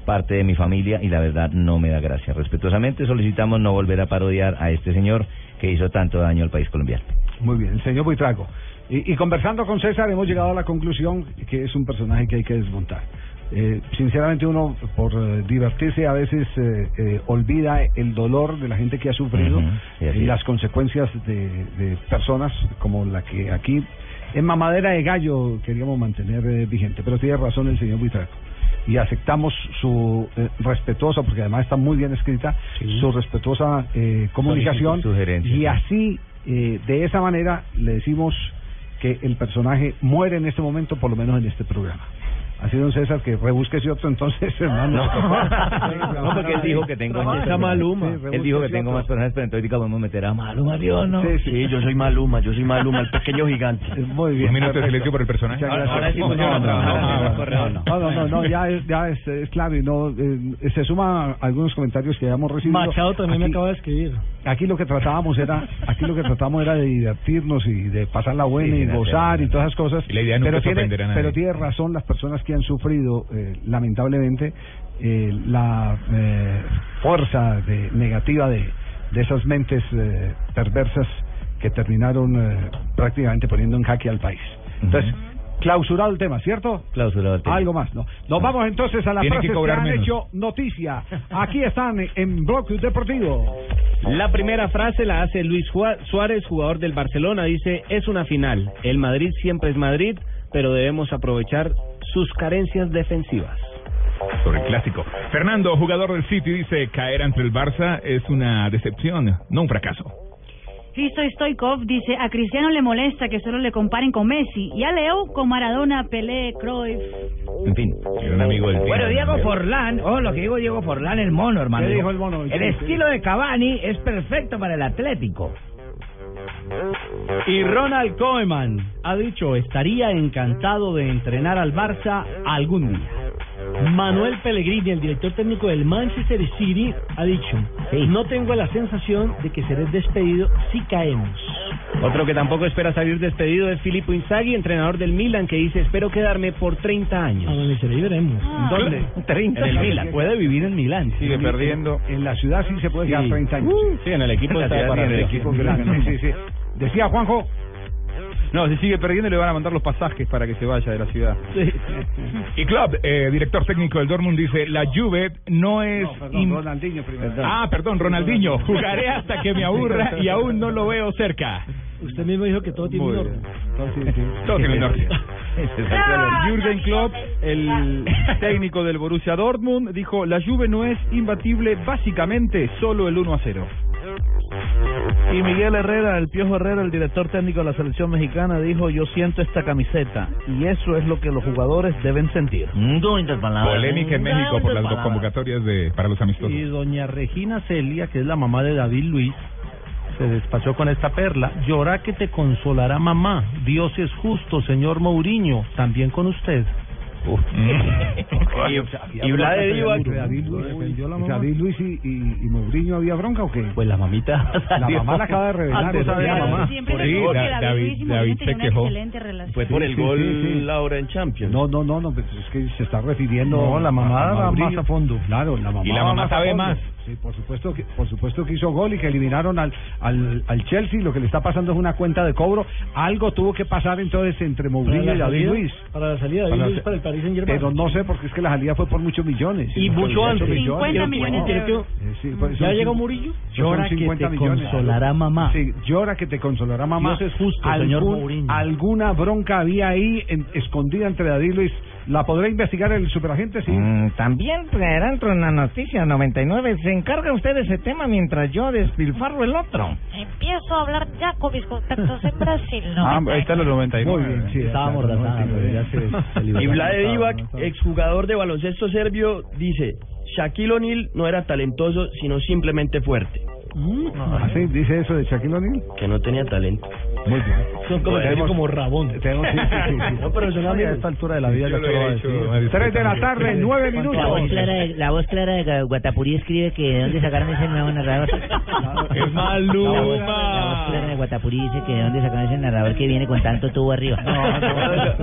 S9: parte de mi familia y la verdad no me da gracia. Respetuosamente solicitamos no volver a parodiar a este señor que hizo tanto daño al país colombiano.
S5: Muy bien, el señor Buitrago. Y, y conversando con César hemos llegado a la conclusión que es un personaje que hay que desmontar. Eh, sinceramente uno por eh, divertirse a veces eh, eh, olvida el dolor de la gente que ha sufrido
S9: Ujú, sí, así
S5: y
S9: es.
S5: las consecuencias de, de personas como la que aquí en mamadera de gallo queríamos mantener eh, vigente. Pero tiene razón el señor Buitrago. Y aceptamos su eh, respetuosa, porque además está muy bien escrita, su respetuosa eh, comunicación.
S9: Solicitud, sugerencia,
S5: Y
S9: sí.
S5: así, eh, de esa manera, le decimos que el personaje muere en este momento, por lo menos en este programa. Así don César, que rebusque ese otro entonces, hermano.
S30: No, no, porque él dijo que tengo
S5: Trabaja,
S30: Está
S5: sí, rebusque
S30: él dijo que
S5: ese
S30: tengo
S5: otro.
S30: más personajes, pero entonces digamos, vamos a meter a Maluma, ¿sí o no?
S5: Sí, sí.
S30: yo soy Maluma, yo soy Maluma, el pequeño gigante.
S5: Muy bien.
S30: Un minuto de
S5: perfecto.
S30: silencio por el personaje.
S11: Ah,
S5: Muchas gracias.
S30: Ahora sí funciona,
S5: No,
S30: trabajar,
S5: no,
S30: cerrar
S5: no,
S30: correo, no.
S5: No, no, no, no, ya, es, ya es, es claro y no eh, se suma a algunos comentarios que hayamos recibido.
S31: Machado también me
S5: Aquí-
S31: acaba de escribir.
S5: aquí lo que tratábamos era aquí lo que tratábamos era de divertirnos y de pasar la buena
S30: Sí,
S5: y
S30: gracias.
S5: gozar y todas esas cosas
S30: Y la idea nunca
S5: pero
S30: es
S5: tiene
S30: ofender a nadie.
S5: pero tiene razón las personas que han sufrido eh, lamentablemente eh, la eh, fuerza de- negativa de, de esas mentes eh, perversas que terminaron eh, prácticamente poniendo en jaque al país entonces clausurado el tema cierto
S30: Clausurado el tema.
S5: algo más no nos vamos entonces a las
S30: Tienen que
S5: frases que,
S30: cobrar
S5: han
S30: menos.
S5: hecho noticia aquí están en Block Deportivo
S11: La primera frase la hace Luis Jua- Suárez, jugador del Barcelona. Dice, es una final. El Madrid siempre es Madrid, pero debemos aprovechar sus carencias defensivas.
S4: Sobre el clásico. Fernando, jugador del City, dice caer ante el Barça es una decepción, no un fracaso.
S15: Risto Stoikov dice, a Cristiano le molesta que solo le comparen con Messi y a Leo con Maradona, Pelé, Cruyff.
S30: En fin, era un amigo del
S9: Bueno,
S30: Tino.
S9: Diego Forlán, oh, lo que digo Diego Forlán, el mono, hermano.
S5: ¿Qué dijo el mono?
S9: El estilo de Cavani es perfecto para el Atlético.
S11: Y Ronald Koeman ha dicho, estaría encantado de entrenar al Barça algún día.
S31: Manuel Pellegrini, el director técnico del Manchester City, ha dicho, no tengo la sensación de que seré despedido si caemos.
S11: Otro que tampoco espera salir despedido es Filippo Inzaghi, entrenador del Milan, que dice, espero quedarme por 30 años.
S31: Amaneceré y veremos.
S11: ¿Dónde? 30 en el Milan. Puede vivir en Milán.
S5: En- En, en la ciudad sí se puede quedar 30 años.
S11: Sí, en el
S5: En
S11: equipo
S5: la
S11: está
S5: ciudad,
S11: para
S5: sí, en el
S11: arriba.
S5: equipo que la ganó. Sí, sí, sí. Decía Juanjo.
S12: No, si sigue perdiendo le van a mandar los pasajes para que se vaya de la ciudad.
S4: Y Klopp, eh, director técnico del Dortmund, dice, la Juve no es... im-
S5: Ronaldinho primero.
S4: Ah, perdón, Ronaldinho, jugaré hasta que me aburra y aún no lo veo cerca.
S31: Usted mismo dijo que todo tiene un orden.
S4: Todo tiene un orden.
S12: Jürgen Klopp, el técnico del Borussia Dortmund, dijo, la Juve no es imbatible, básicamente solo el 1 a 0.
S7: Y Miguel Herrera, el Piojo Herrera, el director técnico de la selección mexicana, dijo, yo siento esta camiseta. Y eso es lo que los jugadores deben sentir.
S4: Polémica en México por las dos
S7: palabras.
S4: convocatorias de para los amistosos.
S7: Y doña Regina Celia, que es la mamá de David Luis, se despachó con esta perla. Llorá que te consolará mamá. Dios es justo, señor Mourinho, también con usted. Mm.
S5: Y Vlad de Divac. David Luis, David Luis y, y, y Mourinho había bronca o qué? Pues
S11: la mamita.
S5: La mamá la acaba de revelar.
S7: Ah, tú
S5: eso.
S7: sabes la mamá.
S15: Siempre
S5: Sí,
S15: le digo que
S5: Da-
S15: David, Luis y Mourinho tenían una excelente relación.
S11: Pues
S5: Sí, sí, sí, sí.
S11: Laura en Champions.
S5: No, no, no, no, pues es que se está refiriendo.
S7: No, la mamada va más a
S5: fondo. Claro, la mamá.
S7: Y la
S5: va
S7: mamá
S5: más a
S7: sabe
S5: fondo.
S7: más.
S5: Sí, por supuesto, que, por supuesto que hizo gol y que eliminaron al, al, al Chelsea. Lo que le está pasando es una cuenta de cobro. Algo tuvo que pasar entonces entre Mourinho y David Luis.
S31: Para la salida de David
S5: Para la-
S31: Luis para el Paris Saint Germain.
S5: eh, Pero no sé, porque es que la salida fue por muchos millones.
S31: Y
S5: Por
S31: mucho
S5: 18
S31: antes. 50 millones de euros.
S5: Eh, sí, pues
S31: ¿Ya
S5: son
S31: llegó
S5: cin-
S31: Murillo?
S5: son
S31: Llora que
S5: 50
S31: te
S5: millones.
S31: consolará mamá.
S5: Sí, llora que te consolará mamá.
S31: Dios es justo, señor Mourinho.
S5: Alguna bronca había ahí en- escondida entre David Luis. ¿La podrá investigar el superagente? Sí.
S21: Mm, También traerá el Trona Noticias 99. Se encarga usted de ese tema mientras yo despilfarro el otro.
S32: Empiezo a hablar ya con mis contactos en Brasil, ¿no?
S7: Ah, ahí están los 99.
S5: Muy bien, sí,
S7: Estaba amordazada, pero ya se- se liberó.
S11: Y Vlade Divac, exjugador de baloncesto serbio, dice, Shaquille O'Neal no era talentoso, sino simplemente fuerte.
S5: Ah, sí, dice eso de Shaquille O'Neal.
S11: Que no tenía talento.
S5: Muy bien.
S31: Son como,
S5: Tenemos-
S31: como Rabón.
S5: Tenemos, sí, sí, sí, sí.
S31: No, pero son amigos.
S5: Oye, a esta altura de la vida,
S31: Yo
S5: ¿qué
S31: lo
S5: te voy a
S31: hubiera hecho
S5: decir?
S31: más discreto.
S5: Tres de la tarde, nueve minutos.
S21: La voz clara de, la voz clara de Guatapurí escribe que de dónde sacaron ese nuevo narrador.
S5: Es Maluma.
S21: La voz, la voz clara de Guatapurí dice que de dónde sacaron ese narrador que viene con tanto tubo arriba.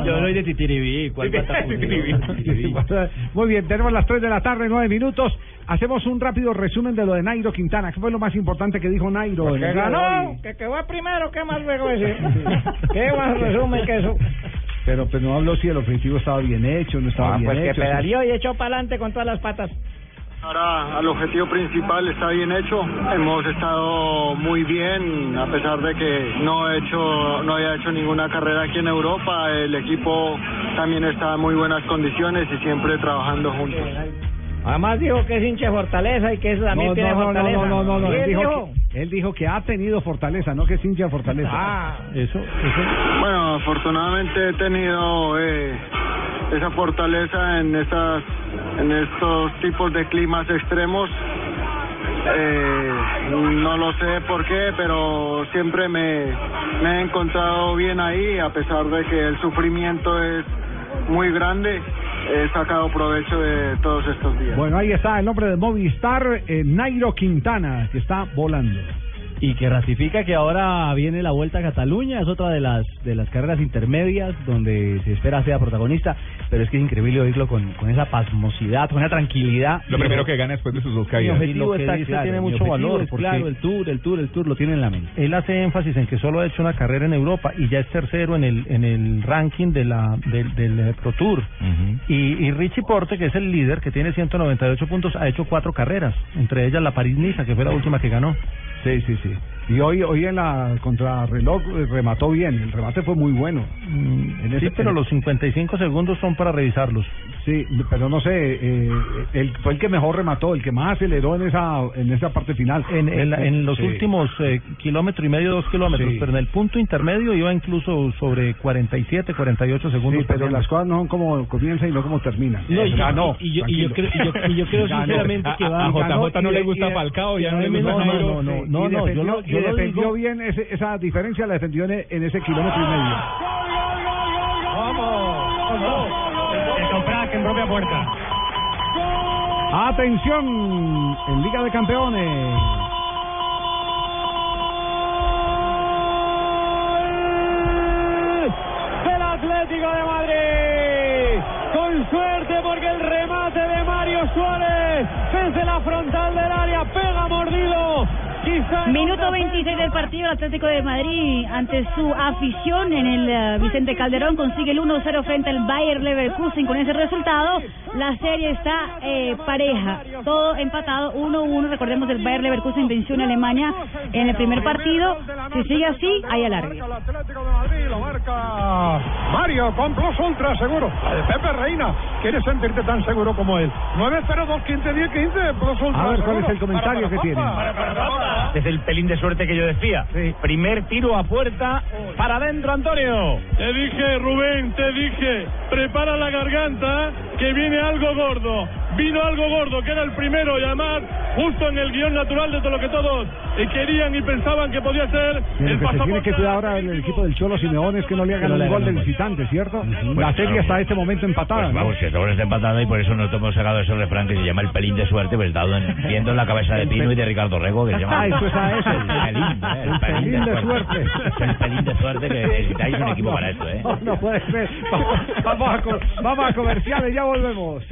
S11: Yo soy de Titiribí, ¿cuál pata?
S5: Muy bien, tenemos las 3 de la tarde, 9 minutos. Hacemos un rápido resumen de lo de Nairo Quintana. ¿Qué fue lo más importante que dijo Nairo? en Pues el día de hoy?
S21: que quedó primero, ¿qué más luego decir?
S5: ¿Qué más resumen que eso? Pero pues no habló si el objetivo estaba bien hecho, no estaba
S21: Ah,
S5: bien
S21: pues que
S5: hecho.
S21: pedaleó y echó para adelante con todas las patas.
S33: Ahora al objetivo principal está bien hecho. Hemos estado muy bien a pesar de que no he hecho no había hecho ninguna carrera aquí en Europa. El equipo también está en muy buenas condiciones y siempre trabajando juntos.
S21: Además dijo que es hinche fortaleza y que eso también
S5: No,
S21: tiene
S5: no, no, no,
S21: fortaleza.
S5: no, no, no, no,
S21: ¿Y
S5: Él
S21: él
S5: dijo, que, él dijo que ha tenido fortaleza, no que es hincha de fortaleza.
S21: Ah.
S5: eso, eso.
S33: Bueno, afortunadamente he tenido eh, esa fortaleza en, estas, en estos tipos de climas extremos. Eh, no lo sé por qué, pero siempre me, me he encontrado bien ahí, a pesar de que el sufrimiento es muy grande. He sacado provecho de todos estos días.
S5: Bueno, ahí está el nombre de Movistar, eh, Nairo Quintana, que está volando.
S34: y que ratifica que ahora viene la Vuelta a Cataluña, es otra de las de las carreras intermedias donde se espera sea protagonista, pero es que es increíble oírlo con, con esa pasmosidad, con esa tranquilidad.
S13: Lo primero que gana después de sus dos
S2: Mi
S13: caídas.
S2: objetivo está claro, tiene
S34: mi
S2: mucho
S34: objetivo
S2: valor.
S34: es,
S2: porque
S34: claro, el Tour, el Tour, el Tour lo tiene en la mente.
S2: Él hace énfasis en que solo ha hecho una carrera en Europa y ya es tercero en el en el ranking de la del, del, eh, Pro Tour. y, y Richie Porte, que es el líder, que tiene 198 puntos, ha hecho cuatro carreras, entre ellas la París-Niza, que fue la última que ganó.
S5: Sí, sí, sí. Y hoy, hoy en la contrarreloj eh, remató bien, el remate fue muy bueno. En
S2: Mm, sí,
S5: ese-
S2: pero
S5: en-
S2: los 55 segundos son para revisarlos.
S5: Sí, pero no sé, eh, el, fue el que mejor remató, el que más aceleró en esa en esa parte final.
S2: En, en la- en los
S5: Sí.
S2: últimos eh, kilómetro y medio, dos kilómetros,
S5: Sí.
S2: pero en el punto intermedio iba incluso sobre 47, 48
S5: Sí,
S2: segundos.
S5: pero
S2: perdiendo.
S5: las cosas no son como comienzan y no como terminan.
S2: No, y-
S5: Ganó,
S2: y- y yo- y yo
S5: tranquilo.
S2: creo- y yo- y yo creo
S5: Ganó.
S2: sinceramente que va-
S13: A
S5: Ganó
S13: JJ no
S5: y-
S13: le
S5: y-
S13: gusta
S5: y-
S13: Falcao, ya
S5: y-
S13: no le
S5: y-
S13: gusta Jairo.
S5: No, no, no,
S13: Sí.
S5: no, no,
S13: Y
S5: yo
S13: defendió-
S5: lo,
S13: y
S5: yo lo
S13: defendió
S5: digo bien ese- esa diferencia, la defendió en, en ese kilómetro y medio.
S7: en propia puerta.
S5: Atención, en Liga de Campeones.
S7: del Atlético de Madrid. Con suerte porque el remate de Mario Suárez desde la frontal del área pega mordido. Quizá en
S15: Minuto
S7: otra
S15: 26 del partido, el Atlético de Madrid ante su afición en el eh, Vicente Calderón consigue el 1-0 frente al Bayer Leverkusen. Con ese resultado, la serie está eh, pareja, todo empatado 1-1. Recordemos el Bayer Leverkusen venció en Alemania en el primer partido. Si sigue así, hay alargue.
S17: Mario, con Plus Ultra, seguro. La de Pepe Reina. ¿Quieres sentirte tan seguro como él? 902 15 10 15 Plus Ultra.
S5: A ver, ¿cuál es
S17: seguro.
S5: el comentario que tiene?
S9: Es el pelín de suerte que yo decía. Primer tiro a puerta para adentro, Antonio.
S35: Te dije, Rubén, te dije, prepara la garganta, que viene algo gordo. Vino algo gordo, que era el primero, y además, justo en el guión natural de todo lo que todos eh, querían y pensaban que podía ser el
S5: Sí, Lo que se tiene
S35: pasaporte.
S5: que cuidar ahora en el equipo del Cholo Simeone es que no le hagan
S9: Que no le
S5: un gol de
S9: hagan un gol.
S5: visitante, ¿cierto? La
S9: Bueno,
S5: serie
S9: claro.
S5: hasta este momento empatada.
S9: Pues
S5: ¿no?
S9: vamos, que el sobre está empatado y por eso nos hemos sacado ese refrán que se llama el pelín de suerte, pues dado en, viendo la cabeza de Pino y de Ricardo Rego, que se llama...
S5: Ah, eso
S7: pues
S5: es a eso.
S9: El pelín, eh, el pelín,
S5: pelín de
S9: de suerte. Es el pelín de suerte que
S7: Eh,
S9: necesitáis un equipo para esto, ¿eh?
S5: No, no puede ser. Vamos, vamos a, co- vamos a comerciales, ya volvemos.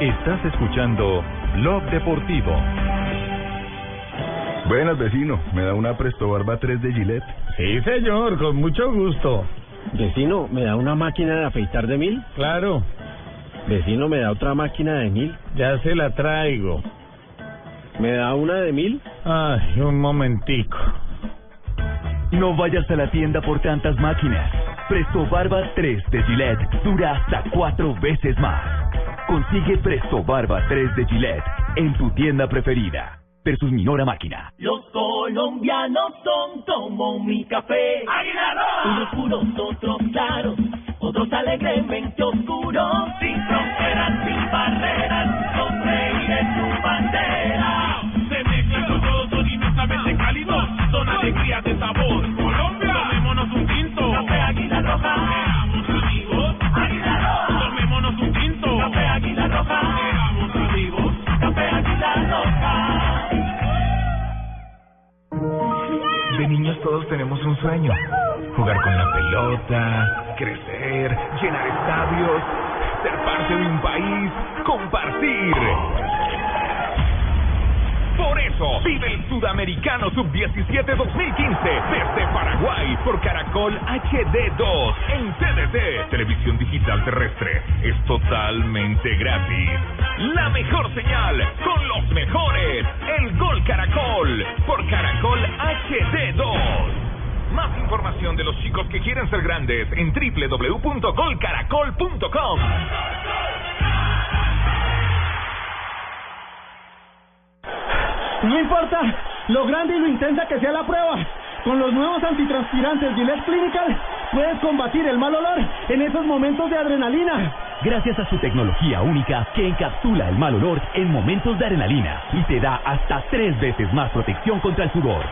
S3: Estás escuchando Blog Deportivo.
S36: Buenas, vecino. ¿Me da una Presto Barba 3 de Gillette?
S12: Sí, señor, con mucho gusto. Vecino, ¿me da una máquina de afeitar de mil? Claro. Vecino, ¿me da otra máquina de mil? Ya se la traigo. ¿Me da una de mil? Ay, un momentico.
S37: No vayas a la tienda por tantas máquinas. Presto Barba 3 de Gillette dura hasta cuatro veces más. Consigue Presto Barba 3 de Gillette en tu tienda preferida. Versus Minora Máquina.
S21: Los colombianos son como mi café. Unos puros, otros claros, otros alegremente oscuros. Sin fronteras, sin barreras, son reyes su bandera. Se mezclan con todos, son inmensamente cálidos, son alegrías de sabor. Colombia, tomémonos un tinto. Café Águila Roja. Seamos amigos. Águila Roja. Tomémonos un tinto. Café Águila Roja. Seamos amigos. Café Águila Roja.
S4: De niños todos tenemos un sueño. Jugar con la pelota, crecer, llenar estadios, ser parte de un país, compartir. Por eso, vive el Sudamericano Sub-17 2015 desde Paraguay por Caracol HD2 en TDT. Televisión digital terrestre es totalmente gratis. La mejor señal con los mejores. El Gol Caracol por Caracol HD2. Más información de los chicos que quieren ser grandes en www.golcaracol.com.
S38: No importa lo grande y lo intensa que sea la prueba. Con los nuevos antitranspirantes Gillette Clinical
S39: puedes combatir el mal olor en esos momentos de adrenalina.
S11: Gracias a su tecnología única que encapsula el mal olor en momentos de adrenalina y te da hasta tres veces más protección contra el sudor.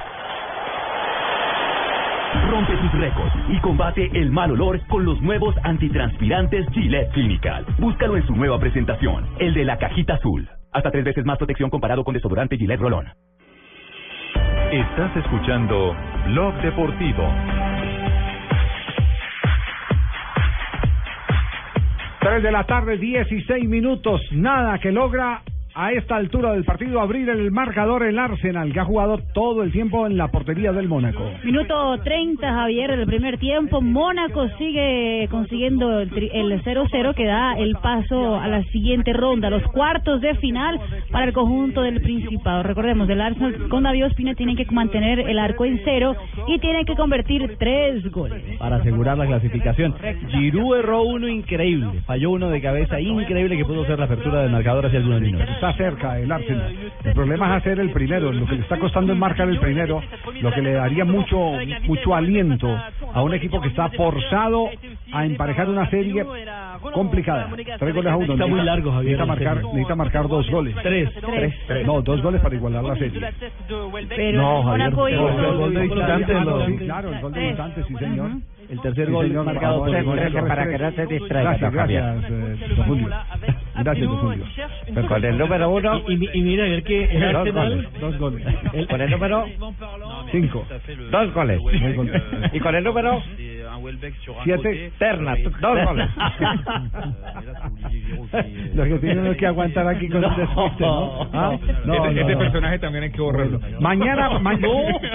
S11: Rompe tus récords y combate el mal olor con los nuevos antitranspirantes Gillette Clinical. Búscalo en su nueva presentación, el de la cajita azul. Hasta tres veces más protección comparado con desodorante Gillette Rolón.
S3: Estás escuchando Blog Deportivo.
S5: Tres de la tarde, 16 minutos. Nada que logra a esta altura del partido abrir el marcador el Arsenal, que ha jugado todo el tiempo en la portería del Mónaco.
S15: Minuto 30, Javier, del primer tiempo. Mónaco sigue consiguiendo el 0-0 que da el paso a la siguiente ronda, los cuartos de final para el conjunto del Principado. Recordemos, el Arsenal con David Ospina tiene que mantener el arco en cero y tiene que convertir tres goles.
S40: Para asegurar la clasificación. Giroud erró uno increíble, falló uno de cabeza increíble que pudo ser la apertura del marcador hacia algunos minutos
S5: está cerca el Arsenal. El problema es hacer el primero, lo que le está costando es marcar el primero, lo que le daría mucho mucho aliento a un equipo que está forzado a emparejar una serie complicada. Tres goles a uno.
S40: Está muy largo, Javier.
S5: Necesita marcar, necesita marcar dos goles.
S40: Tres.
S5: Tres. Tres. No, dos goles para igualar la serie.
S15: Pero
S40: no, Javier.
S15: Mónaco hizo-
S40: el gol de visitante, lo-
S5: Sí, claro, el gol de
S15: Tres.
S5: visitante, sí, señor.
S40: El tercer
S5: Sí,
S40: gol
S5: señor,
S40: marcado por el
S5: marcador,
S40: gol.
S5: tres,
S41: para
S5: tres.
S41: que no se distraiga,
S5: Gracias,
S41: Javier.
S5: gracias, eh, don Julio. Gracias, don Julio.
S41: Con el número uno.
S42: Y, y mira, ver que el
S41: Dos
S42: Arsenal.
S41: goles.
S5: Dos goles.
S42: el-
S41: Con el número
S5: cinco.
S41: Dos goles. Y con el número
S5: Siete.
S41: Ternas. Dos goles.
S7: eh,
S5: Lo que tienen es que aguantar aquí con el despiste, ¿no? Ah, no,
S7: este,
S5: no,
S7: este
S5: no.
S7: personaje también hay que borrarlo.
S5: Mañana, ma-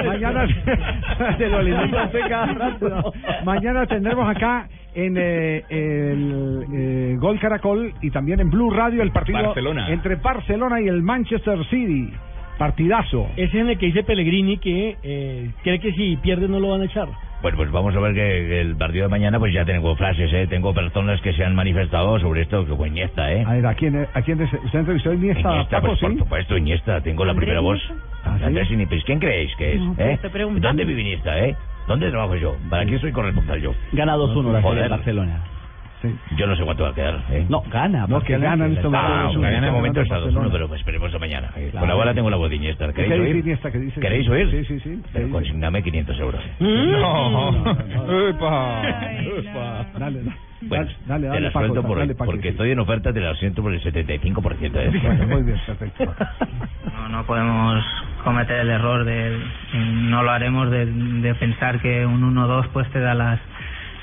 S5: mañana,
S40: Se lo alimenta usted cada rato.
S5: mañana tendremos acá en eh, el eh, Gol Caracol y también en Blue Radio el partido
S7: Barcelona.
S5: entre Barcelona y el Manchester City. Partidazo.
S42: Ese es en el que dice Pellegrini que eh, cree que si pierde no lo van a echar.
S9: Bueno, pues vamos a ver que el partido de mañana, pues ya tengo frases, ¿eh? Tengo personas que se han manifestado sobre esto, que fue Iniesta, ¿eh?
S5: A ver, ¿a quién, a quién des- usted entrevistó a Iniesta?
S9: Iniesta,
S5: Paco,
S9: pues por
S5: Ah, ¿sí? Ah,
S9: supuesto, Iniesta, tengo la primera voz. Andrés Inipis, ¿quién creéis que es?
S15: No, pues,
S9: ¿Eh?
S15: te preguntando.
S9: ¿Dónde vive Iniesta, eh? ¿Dónde trabajo yo? ¿Para qué soy corresponsal yo?
S40: Gana 2-1 la serie de
S9: Joder.
S40: Barcelona.
S9: Yo no sé cuánto va a quedar, ¿eh?
S40: No, gana.
S5: No, que
S40: Barcelona.
S5: gana en este
S9: Ah,
S5: momento.
S9: bueno, en este momento está 2-1,
S5: Barcelona.
S9: pero esperemos a mañana. Eh,
S40: Claro.
S9: Por ahora tengo la voz de Iniesta.
S5: ¿Qué
S9: ¿Queréis
S5: dice
S9: oír?
S5: Iniesta? ¿Qué dice?
S9: ¿Queréis oír?
S5: Sí, sí, sí.
S9: Pero consigname 500 euros.
S7: ¿Mm? No.
S5: Dale, dale.
S9: Bueno,
S5: dale,
S9: te
S5: dale,
S9: la
S5: Paco,
S9: suelto por
S5: dale,
S9: el,
S5: Paco,
S9: porque
S5: sí.
S9: estoy en oferta, te la siento por eh. el 75% de descuento.
S5: Bueno, muy bien, perfecto.
S43: No, no podemos cometer el error de no lo haremos de, de pensar que un 1-2 pues te da las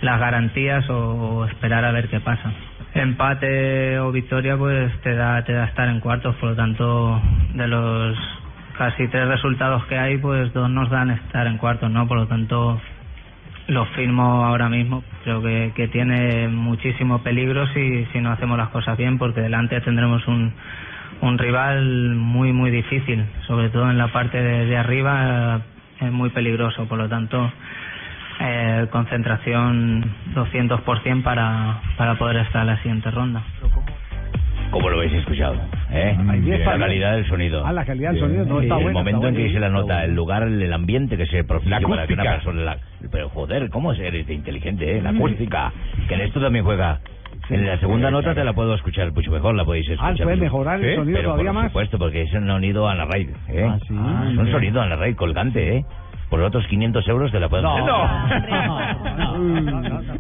S43: las garantías o, o esperar a ver qué pasa. Empate o victoria pues te da te da estar en cuartos, por lo tanto de los casi tres resultados que hay pues dos nos dan estar en cuartos, ¿no? Por lo tanto lo firmo ahora mismo. Creo que, que tiene muchísimo peligro si, si no hacemos las cosas bien, porque delante tendremos un, un rival muy, muy difícil, sobre todo en la parte de, de arriba eh, es muy peligroso. Por lo tanto, eh, concentración 200% para, para poder estar en la siguiente ronda.
S9: ¿Cómo lo habéis escuchado? ¿Eh?
S5: Ahí bien,
S9: La
S5: Fabián.
S9: calidad del sonido.
S5: Ah, la calidad del sonido no
S9: Sí,
S5: está
S9: el
S5: buena.
S9: momento
S5: está
S9: en que
S5: buena.
S9: hice la nota, el lugar, el ambiente que se propicia
S7: La
S9: para que una
S7: acústica.
S9: persona... la- Pero joder, ¿cómo eres de inteligente, eh? La acústica, que en esto también juega. En la segunda nota te la puedo escuchar mucho mejor, la podéis escuchar.
S5: Ah, puede mejorar el
S9: Sí,
S5: sonido
S9: pero
S5: todavía
S9: por
S5: más.
S9: supuesto, porque es un sonido a la raíz, ¿eh?
S40: Ah, sí.
S9: Ah, es
S40: Ah,
S9: un
S40: sí.
S9: sonido a la raíz colgante, ¿eh? Por otros 500 euros te la puedo...
S40: No.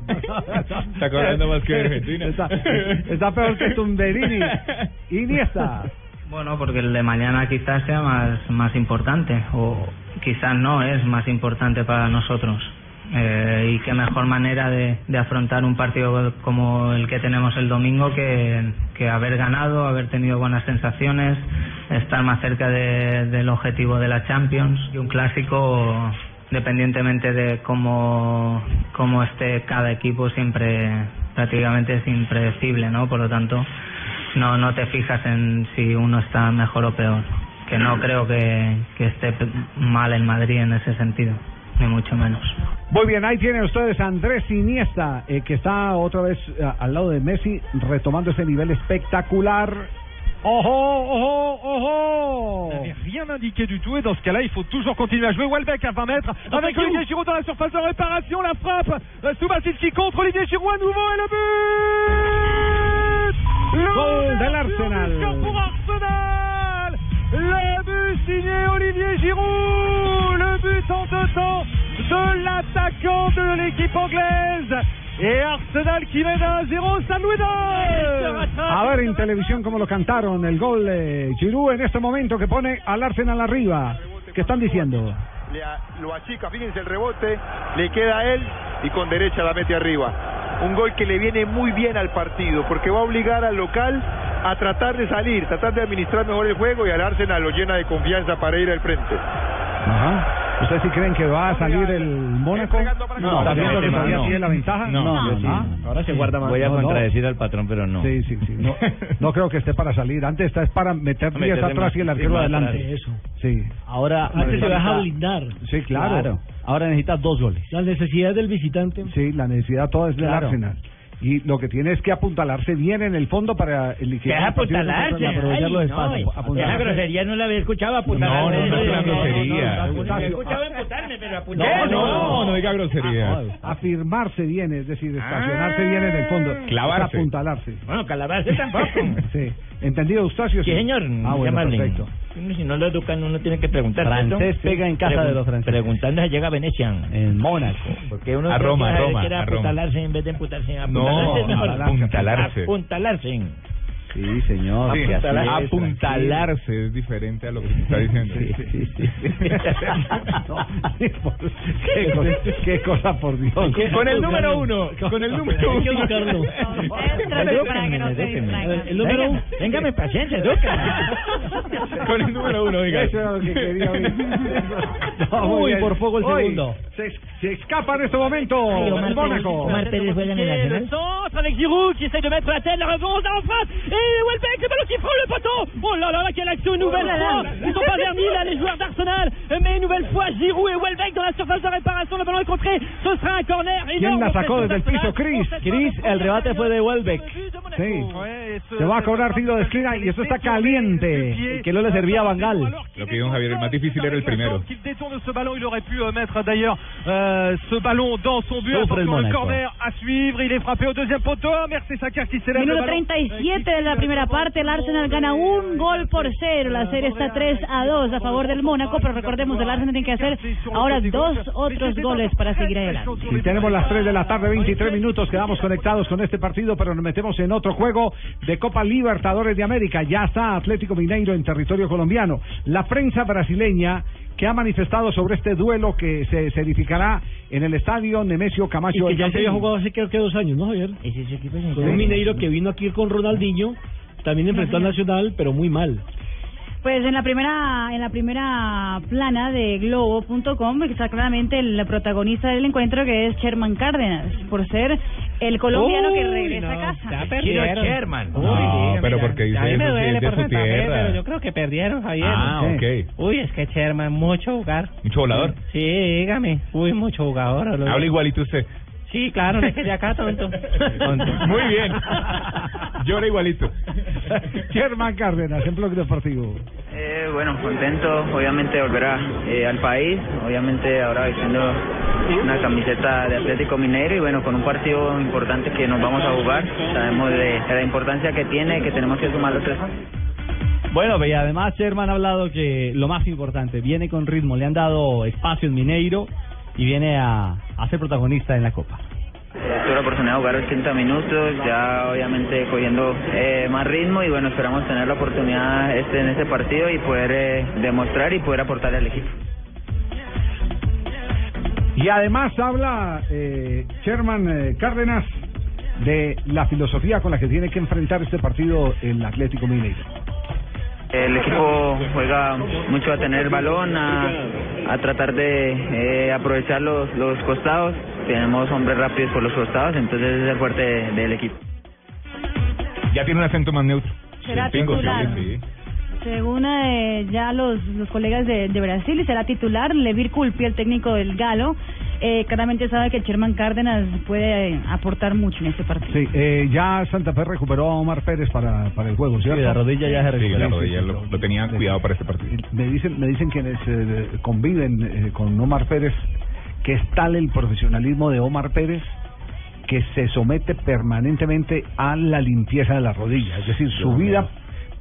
S7: Está cobrando más que Argentina.
S5: Está, está peor que Tumberini. Iniesta.
S43: Bueno, porque el de mañana quizás sea más, más importante, o quizás no es más importante para nosotros. Eh, y qué mejor manera de, de afrontar un partido como el que tenemos el domingo que, que haber ganado, haber tenido buenas sensaciones, estar más cerca de- del objetivo de la Champions y un clásico independientemente de cómo, cómo esté cada equipo siempre prácticamente es impredecible, ¿no? Por lo tanto, no, no te fijas en si uno está mejor o peor. Que no creo que, que esté p- mal en Madrid en ese sentido, ni mucho menos.
S5: Muy bien, ahí tienen ustedes a Andrés Iniesta, eh, que está otra vez eh, al lado de Messi, retomando ese nivel espectacular
S7: oh, oh, oh Rien indiqué du tout, et dans ce cas-là, il faut toujours continuer à jouer. Welbeck à 20 mètres, avec Olivier Giroud dans la surface de réparation, la frappe. Subasic qui contre Olivier Giroud à nouveau, et le but Le
S5: Gol del
S7: but
S5: Arsenal.
S7: de Lucas pour Arsenal Le but signé Olivier Giroud Le but en deux temps de l'attaquant de l'équipe anglaise et Arsenal qui mène à 0 San Luis
S5: A ver en televisión cómo lo cantaron el gol eh, Giroud en este momento que pone al Arsenal arriba. ¿Qué están diciendo?
S33: le a- lo achica, fíjense el rebote, le queda a él y con derecha la mete arriba. Un gol que le viene muy bien al partido porque va a obligar al local a tratar de salir, tratar de administrar mejor el juego y al Arsenal lo llena de confianza para ir al frente.
S5: Ajá. ¿Ustedes sí creen que va a salir el Mónaco?
S4: No,
S5: ¿También
S4: no,
S5: lo que
S4: no,
S5: todavía
S4: no.
S5: tiene la ventaja?
S4: No, yo sí,
S5: ¿Ah?
S4: no. Voy a
S5: No, no.
S4: contradecir al patrón, pero no.
S5: Sí, sí, sí. No, no creo que esté para salir. Antes está es para meter 10
S4: Meterle
S5: atrás
S4: más-
S5: y el
S4: sí,
S5: arquero
S4: más
S5: adelante.
S4: atrás.
S5: Eso. Sí.
S11: Ahora
S5: Antes se deja
S11: blindar.
S5: Sí, claro.
S11: Ahora necesita dos goles.
S5: Las necesidades del visitante. Sí, la necesidad toda es del
S11: Claro.
S5: Arsenal. Y lo que tiene es que apuntalarse bien en el fondo para liquidar
S11: Deja
S5: el partido y
S11: apuntalarse,
S5: para aprovechar los
S11: ay,
S5: espacios.
S11: no,
S5: Apuntalarse.
S11: esa grosería
S9: no la había escuchado
S5: No, no, no, no, no, no, no, no, no, no,
S9: He escuchado emputarme, pero apuntar.
S5: Ah, no, afirmarse bien, es decir, estacionarse bien en el fondo.
S9: Clavarse.
S5: Es apuntalarse.
S9: Bueno, calabarse tampoco.
S5: sí. ¿Entendido, Eustacio?
S9: Sí, señor.
S5: Ah, bueno,
S9: llámale.
S5: perfecto.
S9: Uno, Si no lo educan, uno tiene que preguntar.
S5: Francés
S9: ¿cierto?
S5: pega en casa de los franceses.
S9: Preguntando se llega a Venecia. En Mónaco. Porque uno
S4: A
S9: cree
S4: Roma,
S9: que
S4: a Roma,
S9: quiere
S4: a Roma.
S9: apuntalarse en vez de emputarse.
S4: No,
S9: Apuntalarse es mejor.
S4: apuntalarse.
S9: Apuntalarse.
S11: Sí, señor.
S4: Sí,
S11: Apuntalarse.
S4: apuntalarse
S7: es diferente a lo que se está diciendo.
S5: qué, cosa, qué cosa, por Dios.
S7: Con el número uno, con el número uno.
S9: El número uno. Téngame paciencia, educa.
S7: Con el número uno, diga.
S5: Eso era lo que quería oír. No, muy
S7: Uy,
S5: bien.
S7: por poco el
S5: Hoy
S7: segundo.
S5: Se, se escapa en este momento
S7: Ay, Omar
S5: el Mónaco.
S7: Pérez, Omar Pérez juega en el Arsenal.
S14: Le centre avec Giroud qui essaye de mettre la tête, la revanche dans la face et Welbeck, le ballon qui frappe le poteau. Oh là là, là, quelle action une nouvelle
S33: Oh là
S14: fois.
S33: là.
S14: Ils sont pas permis là les joueurs d'Arsenal, mais une nouvelle fois Giroud et Welbeck dans la surface de réparation, le ballon est contré. Ce sera un corner.
S5: ¿Quién
S14: énorme
S5: la sacó
S14: pression
S5: desde el piso?
S14: d'Arsenal.
S5: Chris. Chris, el rebate fue de Welbeck. Sí. Se va a cobrar tiro de esquina y eso está caliente. Que no le servía a Bangal.
S7: Lo que dijo Javier, el más difícil era el primero.
S33: Qu'il détourne ce ballon, il aurait pu euh, mettre d'ailleurs euh, ce ballon dans son but.
S7: Sauf
S33: Attention,
S7: le
S33: le
S7: Monaco.
S33: corner à suivre, il est frappé au deuxième poteau. Merci Sakar qui s'élève. le
S15: Minuto
S33: ballon.
S15: 37 de la primera parte, el Arsenal gana un gol por cero, la serie está 3 a 2 a favor del Mónaco, pero recordemos, el Arsenal tiene que hacer ahora dos otros goles para seguir adelante.
S5: Si tenemos las 3 de la tarde, 23 minutos, quedamos conectados con este partido, pero nos metemos en otro juego de Copa Libertadores de América. Ya está Atlético Mineiro en territorio colombiano. La prensa brasileña que ha manifestado sobre este duelo que se serificará en el estadio Nemesio
S44: Y
S5: Camacho.
S44: que
S5: del
S44: ya se había
S5: Campín.
S44: jugado hace creo que dos años, ¿no, Javier? Con un Mineiro que vino aquí con Ronaldinho, también enfrentó al Nacional, pero muy mal.
S15: Pues en la primera en la primera plana de globo.com está claramente el protagonista del encuentro que es Sherman Cárdenas, por ser el colombiano que
S33: Uy,
S15: regresa a
S33: no,
S15: casa.
S33: ya perdieron.
S7: No, Ah, pero porque dice
S33: a mí
S7: eso,
S33: me
S7: si
S33: duele
S7: es de
S33: por
S7: su
S33: Santa Fe,
S7: tierra.
S33: pero yo creo que perdieron, Javier.
S7: Ah,
S33: No sé.
S7: ok.
S33: Uy, es que Sherman, mucho jugar.
S7: Mucho volador.
S33: Sí, dígame. Uy, mucho jugador. Lo-
S7: Habla igualito usted.
S33: Sí, claro, no es que de acá, tonto.
S7: Muy bien. Llora igualito.
S5: Sherman Cárdenas en Bloque Deportivo.
S45: Eh, bueno, contento, obviamente, de volver a, eh, al país, obviamente ahora vistiendo una camiseta de Atlético Mineiro y bueno, con un partido importante que nos vamos a jugar, sabemos de, de la importancia que tiene, que tenemos que sumar los tres Eh, puntos.
S11: Bueno, y además Sherman ha hablado que lo más importante, viene con ritmo, le han dado espacio en Mineiro y viene a, a ser protagonista en la Copa.
S45: Eh, tuve la oportunidad de jugar 80 minutos, ya obviamente cogiendo eh, más ritmo y bueno, esperamos tener la oportunidad este, en este partido y poder eh, demostrar y poder aportarle al equipo.
S5: Y además habla eh, Sherman eh, Cárdenas de la filosofía con la que tiene que enfrentar este partido el Atlético Mineiro.
S45: El equipo juega mucho a tener el balón, a, a tratar de eh, aprovechar los, los costados. Tenemos hombres rápidos por los costados, entonces es el fuerte de- del equipo.
S7: Ya tiene un acento más neutro.
S15: Será
S7: El pingo,
S15: titular.
S7: sí, sí.
S15: Según eh, ya los, los colegas de, de Brasil, será titular Levir Culpi, el técnico del Galo. eh, claramente sabe que el Sherman Cárdenas puede eh, aportar mucho en este partido.
S5: Sí, eh, ya Santa Fe recuperó a Omar Pérez para, para el juego, ¿cierto?
S4: la rodilla ya
S5: Sí,
S4: se recuperó.
S5: la
S4: Sí, sí,
S5: rodilla
S4: sí,
S5: lo-
S4: lo tenían cuidado para este partido.
S5: Me dicen, me dicen quienes eh, conviven eh, con Omar Pérez que es tal el profesionalismo de Omar Pérez que se somete permanentemente a la limpieza de la rodilla. Es decir, su vida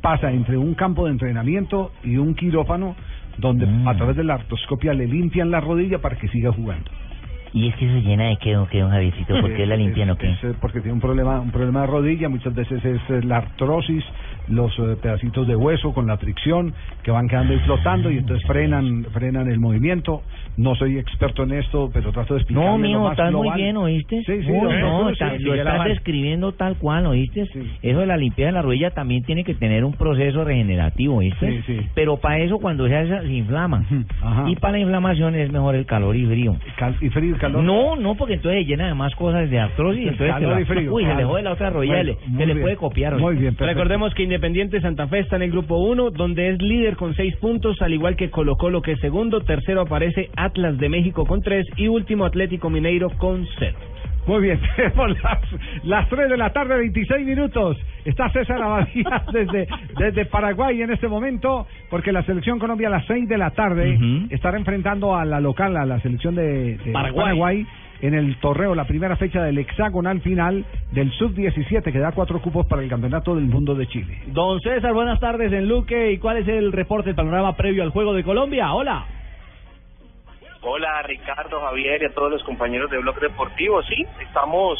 S5: pasa entre un campo de entrenamiento y un quirófano donde a través de la artroscopia le limpian la rodilla para que siga jugando.
S9: ¿Y es que se llena de qué, o qué, don Javiercito? ¿Por qué la limpian o qué?
S5: Es, eh, porque tiene un problema, un problema de rodilla, muchas veces es eh, la artrosis, los eh, pedacitos de hueso con la fricción que van quedando y flotando y entonces frenan, frenan el movimiento. No soy experto en esto, pero trato de explicarlo.
S9: No, Oh, mijo, estás muy bien, ¿oíste?
S5: Sí, sí,
S9: no,
S5: doctor,
S9: no,
S5: sí,
S9: está-
S5: sí,
S9: lo
S5: Miguel
S9: estás
S5: Amar.
S9: describiendo tal cual, ¿oíste? Eso de la limpieza de la rodilla también tiene que tener un proceso regenerativo, ¿oíste?
S5: Sí, sí.
S9: Pero para eso, cuando se hace, se inflama.
S5: Ajá.
S9: Y para la inflamación es mejor el calor y frío.
S5: y frío y calor?
S9: No, no, porque entonces se llena de más cosas de artrosis. Entonces se
S46: Calor
S9: la-
S46: y frío,
S9: Uy, se
S11: ah.
S9: le
S46: claro.
S9: jode la otra rodilla,
S46: Bueno,
S9: le-
S46: muy
S9: se le
S46: bien.
S9: puede copiar. ¿oíste?
S46: Recordemos que Independiente Santa Fe está en el grupo 1, donde es líder con 6 puntos, al igual que Colo Colo que es segundo, tercero aparece Atlas de México con 3 y último Atlético Mineiro con 0.
S5: Muy bien, tenemos las, las 3 de la tarde, 26 minutos. Está César Abadía desde, desde Paraguay en este momento, porque la selección Colombia a las 6 de la tarde estará enfrentando a la local, a la selección de, de
S46: Paraguay.
S5: Paraguay, en el torneo, la primera fecha del hexagonal final del sub-17, que da cuatro cupos para el Campeonato del Mundo de Chile.
S46: Don César, buenas tardes en Luque. ¿Y cuál es el reporte, el panorama previo al juego de Colombia? Hola.
S11: Hola Ricardo, Javier y a todos los compañeros de Blog Deportivo. Sí, estamos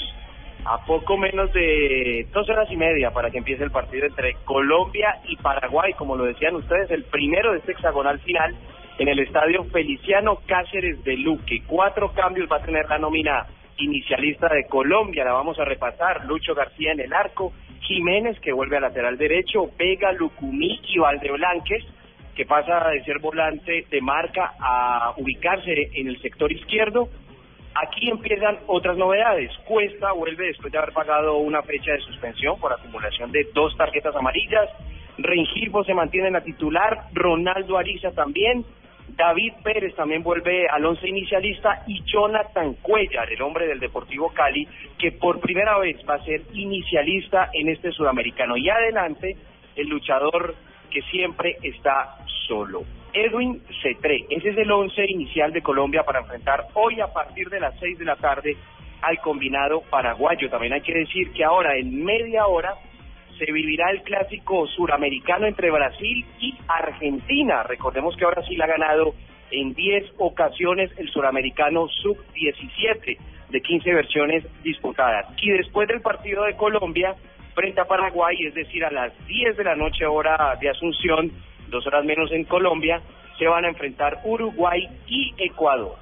S11: a poco menos de dos horas y media para que empiece el partido entre Colombia y Paraguay. Como lo decían ustedes, el primero de este hexagonal final en el estadio Feliciano Cáceres de Luque. Cuatro cambios va a tener la nómina inicialista de Colombia. La vamos a repasar. Lucho García en el arco, Jiménez que vuelve a lateral derecho, Vega, Lucumí y Valdeblanques que pasa de ser volante de marca a ubicarse en el sector izquierdo. Aquí empiezan otras novedades. Cuesta vuelve después de haber pagado una fecha de suspensión por acumulación de dos tarjetas amarillas. Rengifo se mantiene en la titular, Ronaldo Ariza también, David Pérez también vuelve al once inicialista y Jonathan Cuellar, el hombre del Deportivo Cali, que por primera vez va a ser inicialista en este sudamericano. Y adelante, el luchador que siempre está solo. Edwin Cetré, ese es el once inicial de Colombia para enfrentar hoy a partir de las seis de la tarde al combinado paraguayo. También hay que decir que ahora en media hora se vivirá el clásico suramericano entre Brasil y Argentina. Recordemos que Brasil ha ganado en 10 ocasiones el suramericano sub-17 de 15 versiones disputadas. Y después del partido de Colombia frente a Paraguay, es decir, a las 10 de la noche hora de Asunción, dos horas menos en Colombia, se van a enfrentar Uruguay y Ecuador.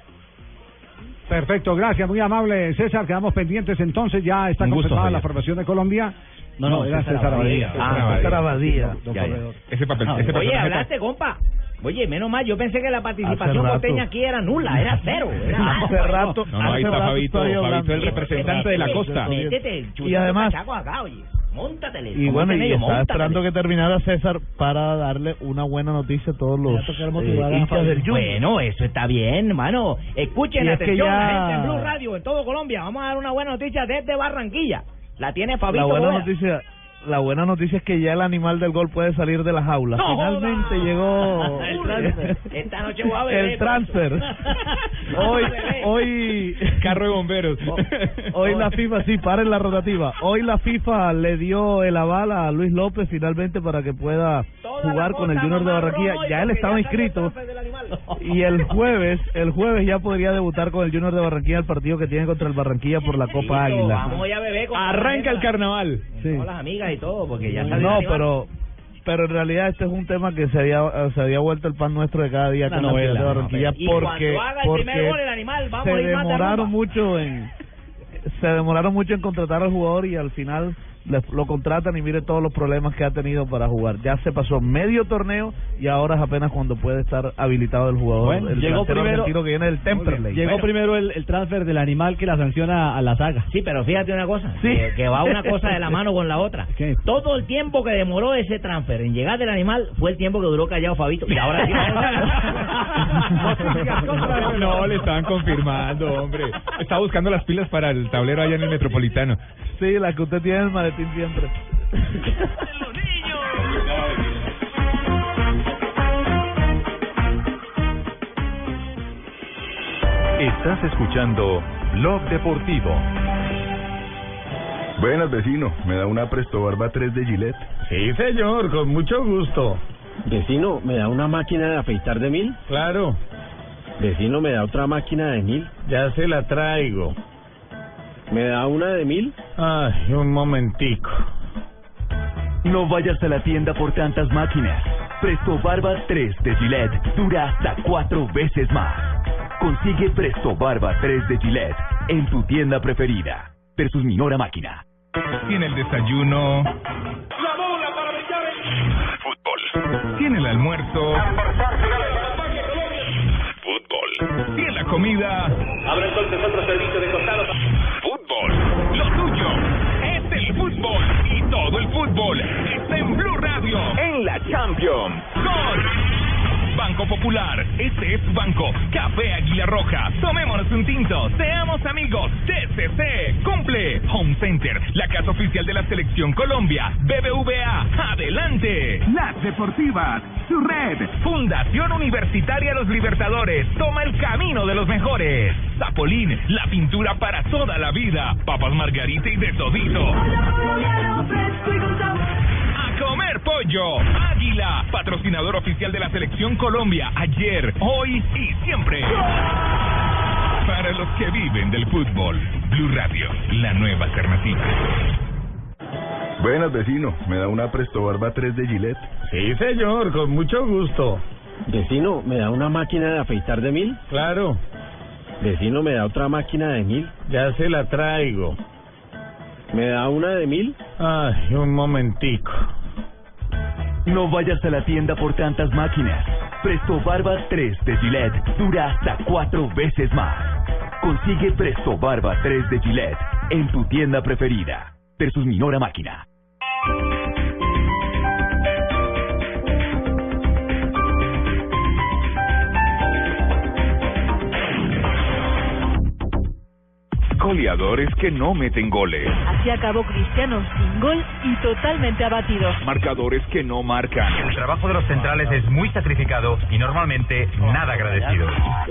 S5: Perfecto, gracias, muy amable César. Quedamos pendientes entonces, ya está
S4: Un gusto,
S5: confirmada la
S4: Javier.
S5: formación de Colombia.
S4: No, no,
S5: era
S4: César
S5: César
S4: Abadía.
S5: Abadía.
S4: Ah, César Abadía.
S5: Don- don
S4: Ya, ya.
S5: Corredor.
S4: Ese papel- ese papel-
S9: Oye,
S4: tarjeta.
S9: hablaste, compa. Oye, menos mal, yo pensé que la
S4: Hace
S9: participación
S4: rato.
S9: costeña aquí era nula, era cero. Era
S4: Hace
S9: algo,
S4: rato-
S9: ¿no?
S4: No, no, ahí está Fabito, Fabito, el representante de la costa.
S9: Métete,
S4: Y además-
S9: cachaco acá, oye. Móntatele.
S7: Y bueno,
S9: móntate
S7: y
S9: ello,
S7: estaba
S9: móntate.
S7: esperando que terminara César para darle una buena noticia a todos los eh, hinchas del Junior.
S9: Bueno, eso está bien, hermano. Escuchen,
S7: Y es que
S9: atención,
S7: ya-
S9: la gente en Blue Radio, en todo Colombia. Vamos a dar una buena noticia desde Barranquilla. La tiene Fabito.
S7: la buena
S9: Poveda.
S7: noticia, la buena noticia es que ya el animal del gol puede salir de la jaula.
S9: ¡No
S7: Finalmente
S9: joda!
S7: llegó
S9: El transfer. Esta noche voy a beber, pues.
S7: El transfer. Hoy, hoy
S4: carro de bomberos.
S7: Hoy la FIFA sí paren la rotativa. Hoy la FIFA le dio el aval a Luis López finalmente para que pueda jugar con el Junior de Barranquilla. Ya él estaba inscrito y el jueves, el jueves ya podría debutar con el Junior de Barranquilla el partido que tiene contra el Barranquilla por la Copa Águila.
S9: Vamos hoy a beber con
S7: Arranca el
S4: carnaval.
S9: Con las amigas y todo, porque ya salió
S7: No,
S9: el animal.
S7: pero pero en realidad este es un tema que se había eh, se había vuelto el pan nuestro de cada día
S9: Una
S7: con la ciudad
S9: novela,
S7: de Barranquilla
S9: no, pero- y
S7: porque
S9: cuando haga el
S7: porque
S9: primer gol el animal, vamos
S7: se
S9: a ir más de
S7: demoraron
S9: rumba.
S7: mucho en se demoraron mucho en contratar al jugador y al final
S47: le- lo contratan y mire todos los problemas que ha tenido para jugar. Ya se pasó medio torneo y ahora es apenas cuando puede estar habilitado el jugador.
S48: Bueno,
S47: el
S48: llegó
S47: delantero
S48: primero-
S47: argentino que viene del Temperley.
S48: Llegó primero el, el transfer del animal que la sanciona a la saga.
S9: Sí, pero fíjate una cosa, que, que va una cosa de la mano con la otra. Todo el tiempo que demoró ese transfer en llegar del animal fue el tiempo que duró callado Fabito. Y ahora sí.
S7: No, le estaban confirmando, hombre. Estaba buscando las pilas para el tablero allá en el Metropolitano.
S47: Sí, la que usted tiene en el maletín siempre.
S3: Estás escuchando Blog Deportivo.
S49: Buenas, vecino. ¿Me da una Presto Barba 3 de Gillette?
S12: Sí, señor, con mucho gusto. Vecino, ¿me da una máquina de afeitar de mil? Claro. Vecino, ¿me da otra máquina de mil? Ya se la traigo. ¿Me da una de mil?
S11: Ay, un momentico. No vayas a la tienda por tantas máquinas. Presto Barba 3 de Gillette dura hasta cuatro veces más. Consigue Presto Barba 3 de Gillette en tu tienda preferida. Versus Minora Máquina.
S7: Tiene el desayuno.
S50: La bola para
S7: Fútbol. Tiene el almuerzo. Fútbol. Tiene la comida.
S50: Abre entonces otro servicio de costado.
S7: Fútbol. Lo tuyo Este es el fútbol. Y todo el fútbol está en Blue Radio. En la Champions. Con Banco Popular. Este es tu banco. Café Águila Roja. Tomémonos un tinto. Seamos amigos. TCC. Cumple. Home Center. La casa oficial de la Selección Colombia. BBVA. Adelante. Las Deportivas. Su red. Fundación Universitaria Los Libertadores. Toma el camino de los mejores. Zapolín. La pintura para toda la vida. Papas Margarita y de todito. A comer pollo. Águila, patrocinador oficial de la selección Colombia, ayer, hoy y siempre. Para los que viven del fútbol, Blue Radio, la nueva alternativa.
S49: Buenas, vecino. ¿Me da una Presto Barba 3 de Gillette?
S12: Sí, señor, con mucho gusto. Vecino, ¿me da una máquina de afeitar de mil? Claro. Vecino, ¿me da otra máquina de mil? Ya se la traigo. ¿Me da una de mil?
S11: Ay, un momentico. No vayas a la tienda por tantas máquinas. Presto Barba 3 de Gillette dura hasta cuatro veces más. Consigue Presto Barba 3 de Gillette en tu tienda preferida. Versus Minora Máquina.
S4: Goleadores que no meten goles.
S2: Así acabó Cristiano sin gol y totalmente abatido.
S4: Marcadores que no marcan.
S51: El trabajo de los centrales es muy sacrificado y normalmente nada agradecido.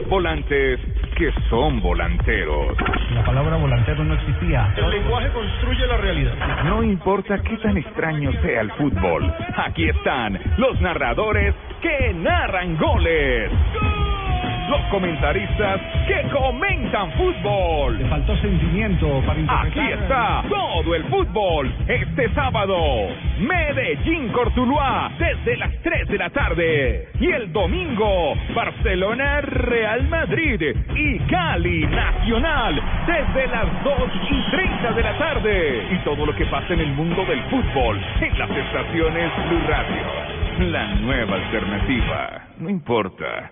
S4: Volantes que son volanteros.
S52: La palabra volantero no existía.
S4: El lenguaje construye la realidad. No importa qué tan extraño sea el fútbol. Aquí están los narradores que narran goles. Los comentaristas que comentan fútbol. Le
S52: faltó sentimiento para
S4: Aquí está todo el fútbol este sábado. Medellín Cortuluá desde las 3 de la tarde. Y el domingo, Barcelona Real Madrid y Cali Nacional desde las 2 y 30 de la tarde. Y todo lo que pasa en el mundo del fútbol en las estaciones Blue Radio. La nueva alternativa. No importa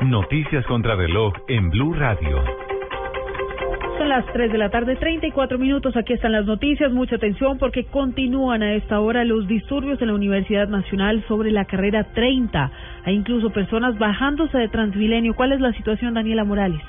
S3: Noticias contra reloj en Blue Radio.
S2: Son las 3 de la tarde, 34 minutos. Aquí están las noticias. Mucha atención porque continúan a esta hora los disturbios en la Universidad Nacional sobre la carrera 30. Hay incluso personas bajándose de Transmilenio. ¿Cuál es la situación, Daniela Morales?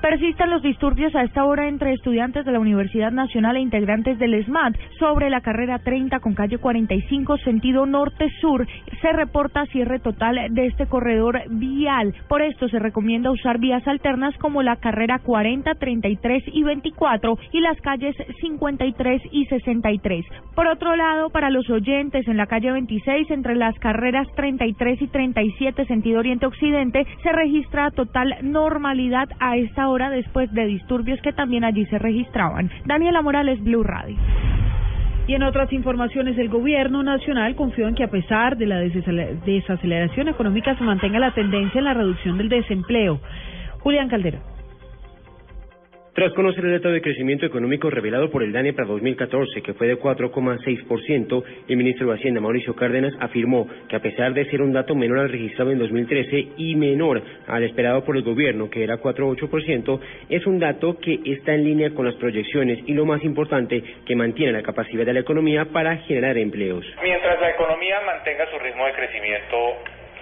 S15: Persisten los disturbios a esta hora entre estudiantes de la Universidad Nacional e integrantes del ESMAD sobre la carrera 30 con calle 45 sentido norte-sur. Se reporta cierre total de este corredor vial. Por esto se recomienda usar vías alternas como la carrera 40, 33 y 24 y las calles 53 y 63. Por otro lado, para los oyentes en la calle 26 entre las carreras 33 y 37 sentido oriente-occidente se registra total normalidad a esta hora después de disturbios que también allí se registraban. Daniela Morales, Blue Radio.
S2: Y en otras informaciones, el gobierno nacional confió en que a pesar de la desacela- desaceleración económica se mantenga la tendencia en la reducción del desempleo. Julián Caldera.
S53: Tras conocer el dato de crecimiento económico revelado por el DANE para 2014, que fue de 4,6%, el ministro de Hacienda, Mauricio Cárdenas, afirmó que a pesar de ser un dato menor al registrado en 2013 y menor al esperado por el gobierno, que era 4,8%, es un dato que está en línea con las proyecciones y lo más importante, que mantiene la capacidad de la economía para generar empleos.
S54: Mientras la economía mantenga su ritmo de crecimiento,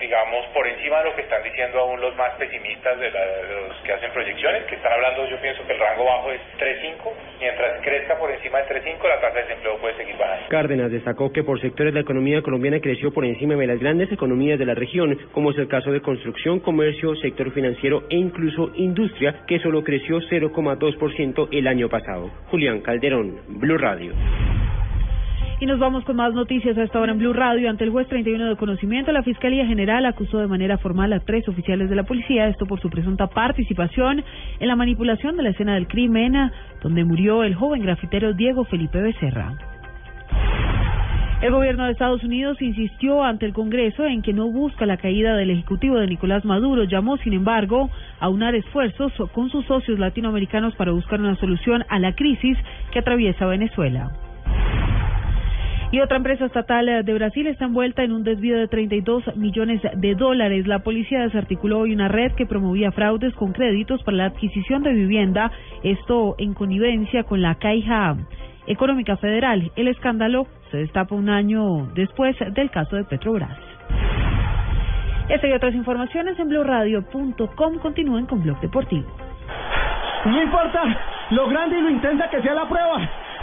S54: digamos, por encima de lo que están diciendo aún los más pesimistas de, la- de los que hacen proyecciones, que están hablando, yo pienso que el rango bajo es 3.5, mientras crezca por encima de 3.5, la tasa de desempleo puede seguir bajando.
S53: Cárdenas destacó que por sectores la economía colombiana creció por encima de las grandes economías de la región, como es el caso de construcción, comercio, sector financiero e incluso industria, que solo creció 0,2% el año pasado. Julián Calderón, Blue Radio.
S2: Y nos vamos con más noticias a esta hora en Blue Radio. Ante el juez 31 de conocimiento, la Fiscalía General acusó de manera formal a tres oficiales de la policía, esto por su presunta participación en la manipulación de la escena del crimen, ah, donde murió el joven grafitero Diego Felipe Becerra. El gobierno de Estados Unidos insistió ante el Congreso en que no busca la caída del Ejecutivo de Nicolás Maduro. Llamó, sin embargo, a unar esfuerzos con sus socios latinoamericanos para buscar una solución a la crisis que atraviesa Venezuela. Y otra empresa estatal eh, de Brasil está envuelta en un desvío de 32 millones de dólares. La policía desarticuló hoy una red que promovía fraudes con créditos para la adquisición de vivienda, esto en connivencia con la Caixa Económica Federal. El escándalo se destapa un año después del caso de Petrobras. Esta y otras informaciones en blurradio.com continúen con Blog Deportivo.
S7: No importa lo grande y lo intensa que sea la prueba.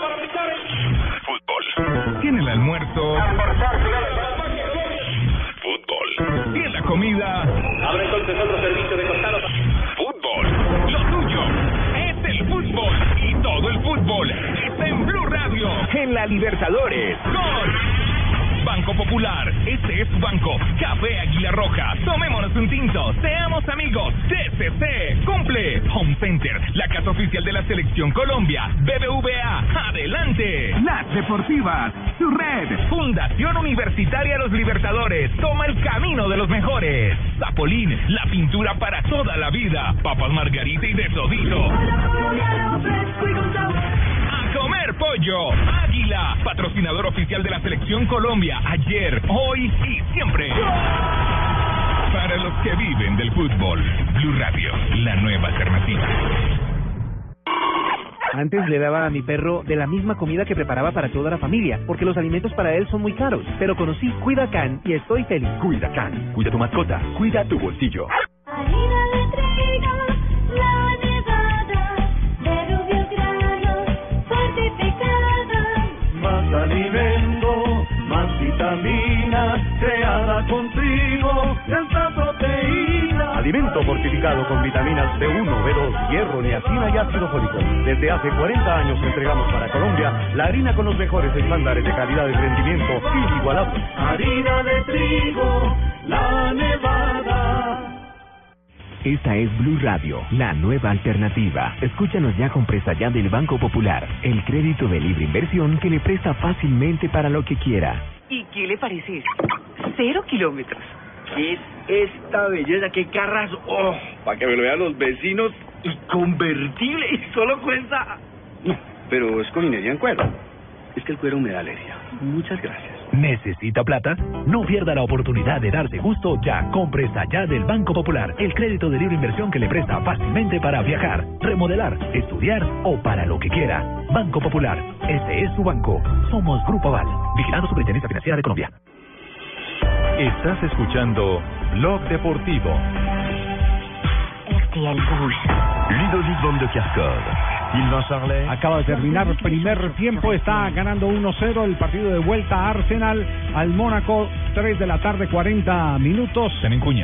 S7: para pitar
S55: tiene el almuerzo,
S7: Fútbol.
S55: tiene la comida.
S7: Abre entonces otro servicio de costado.
S56: Fútbol, lo tuyo Este es el fútbol y todo el fútbol está en Blue Radio.
S4: En la Libertadores.
S56: Gol.
S4: Banco Popular, este es tu banco. Café Águila Roja, tomémonos un tinto, seamos amigos. TCC, cumple. Home Center, la casa oficial de la Selección Colombia. BBVA, adelante. Las Deportivas, su red. Fundación Universitaria Los Libertadores, toma el camino de los mejores. Zapolín, la pintura para toda la vida. Papas Margarita y de todito. A comer pollo. Águila, patrocinador oficial de la selección Colombia. Ayer, hoy y siempre.
S56: Para los que viven del fútbol, Blue Radio, la nueva alternativa.
S3: Antes le daba a mi perro de la misma comida que preparaba para toda la familia, porque los alimentos para él son muy caros. Pero conocí Cuidacan y estoy feliz. Cuidacan,
S11: Cuida tu mascota, cuida tu bolsillo.
S7: Más alimento, más vitamina, creada contigo, tanta proteína.
S57: Alimento fortificado con vitaminas B1, B2, hierro, niacina y ácido fólico. Desde hace 40 años entregamos para Colombia la harina con los mejores estándares de calidad de rendimiento inigualables.
S7: Harina de trigo, la nevada.
S58: Esta es Blue Radio, la nueva alternativa. Escúchanos ya con presta ya del Banco Popular, el crédito de libre inversión que le presta fácilmente para lo que quiera.
S59: ¿Y qué le parece esto? Cero kilómetros.
S60: ¿Qué es esta belleza? ¿Qué carras? ¡Oh! Para que me lo vean los vecinos,
S15: Y convertible y solo cuesta...
S61: No, pero es con minería en cuero. Es que el cuero me da alergia. Muchas gracias.
S62: ¿Necesita plata? No pierda la oportunidad de darse gusto ya. Compres allá del Banco Popular, el crédito de libre inversión que le presta fácilmente para viajar, remodelar, estudiar o para lo que quiera. Banco Popular, ese es su banco. Somos Grupo Aval, vigilando Superintendencia Financiera de Colombia.
S3: Estás escuchando Blog Deportivo.
S5: RTL Ludovic Van de Acaba de terminar primer tiempo, está ganando 1-0 el partido de vuelta a Arsenal al Mónaco, 3 de la tarde, 40 minutos.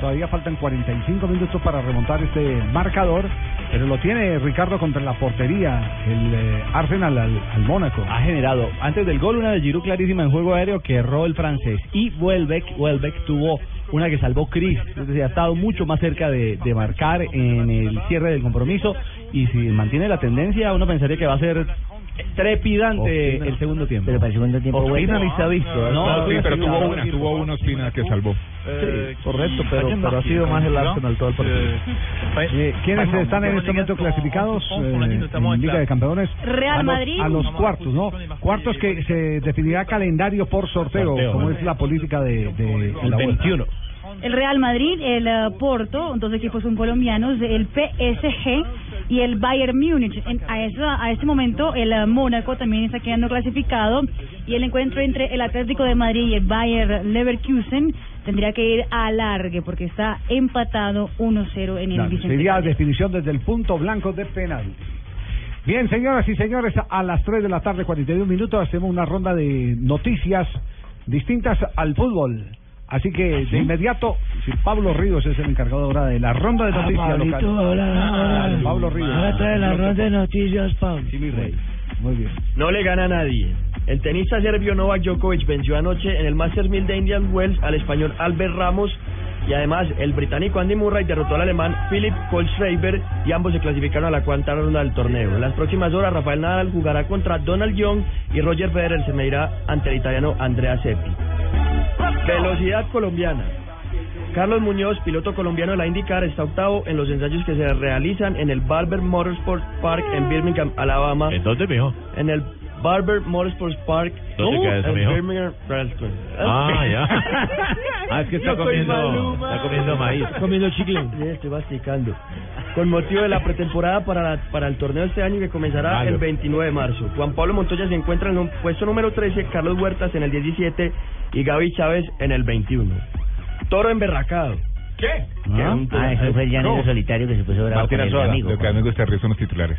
S5: Todavía faltan 45 minutos para remontar este marcador, pero lo tiene Ricardo contra la portería, el eh, Arsenal al, al Mónaco.
S16: Ha generado antes del gol una de Giroud clarísima en juego aéreo que erró el francés y Welbeck, Welbeck tuvo una que salvó Chris, es decir, ha estado mucho más cerca de, de marcar en el cierre del compromiso y si mantiene la tendencia uno pensaría que va a ser trepidante el segundo tiempo. Pero para el segundo tiempo
S4: Ospina ni se ha visto.
S16: No,
S63: sí, pero tuvo una,
S16: sí,
S63: tuvo una espina que salvó.
S4: Sí, correcto, pero, pero ha sido más el Arsenal todo el partido.
S5: Eh, ¿Quiénes están en este momento clasificados eh, en Liga de Campeones?
S15: Real
S5: A los-
S15: Madrid.
S5: A los cuartos, ¿no? Cuartos que se definirá calendario por sorteo,
S16: Sorteo,
S5: como
S16: ¿no?
S5: es la política de, de, de la
S16: 21.
S15: El Real Madrid, el eh, Porto, dos equipos son colombianos, el PSG y el Bayern Múnich. En- a, esa- a este momento el eh, Mónaco también está quedando clasificado y el encuentro entre el Atlético de Madrid y el Bayern Leverkusen tendría que ir a alargue porque está empatado 1-0 en el
S5: Claro,
S15: Vicente.
S5: sería definición desde el punto blanco de penal. Bien, señoras y señores, a las 3 de la tarde, 41 minutos, hacemos una ronda de noticias distintas al fútbol. Así que de inmediato, si Pablo Ríos es el encargado ahora de la ronda de
S62: Ah,
S5: noticias
S62: Pablito,
S5: local.
S62: hola, hola, hola.
S5: Ah, Pablo Ríos.
S62: Ahora trae la ronda de noticias, Pablo.
S5: Sí, mi rey. Muy bien.
S11: No le gana a nadie. El tenista serbio Novak Djokovic venció anoche en el Masters 1000 de Indian Wells al español Albert Ramos y además el británico Andy Murray derrotó al alemán Philip Kohlschreiber y ambos se clasificaron a la cuarta ronda del torneo. En las próximas horas Rafael Nadal jugará contra Donald Young y Roger Federer se medirá ante el italiano Andrea Seppi. Velocidad colombiana. Carlos Muñoz, piloto colombiano de la IndyCar, está octavo en los ensayos que se realizan en el Barber Motorsport Park en Birmingham, Alabama. ¿En dónde, mijo? En el Barber Motorsport Park.
S7: ¿Dónde queda eso,
S11: en
S7: mijo?
S11: Birmingham, Nebraska.
S7: Ah, ya. Ah, es que está
S11: Yo soy
S7: comiendo-
S11: Maluma.
S7: está comiendo maíz.
S11: Comiendo chicle. Sí, estoy masticando. Con motivo de la pretemporada para, para el torneo este año que comenzará
S7: Malo.
S11: el 29 de marzo. Juan Pablo Montoya se encuentra en el puesto número 13, Carlos Huertas en el 17 y Gaby Chávez en el 21. Toro emberracado. ¿Qué?
S7: ¿No?
S11: Ah, eso fue el llanero solitario que se puso bravo
S7: Martín
S11: con el
S7: Azuara,
S11: amigo.
S7: Lo que a mí me gusta reír son los titulares.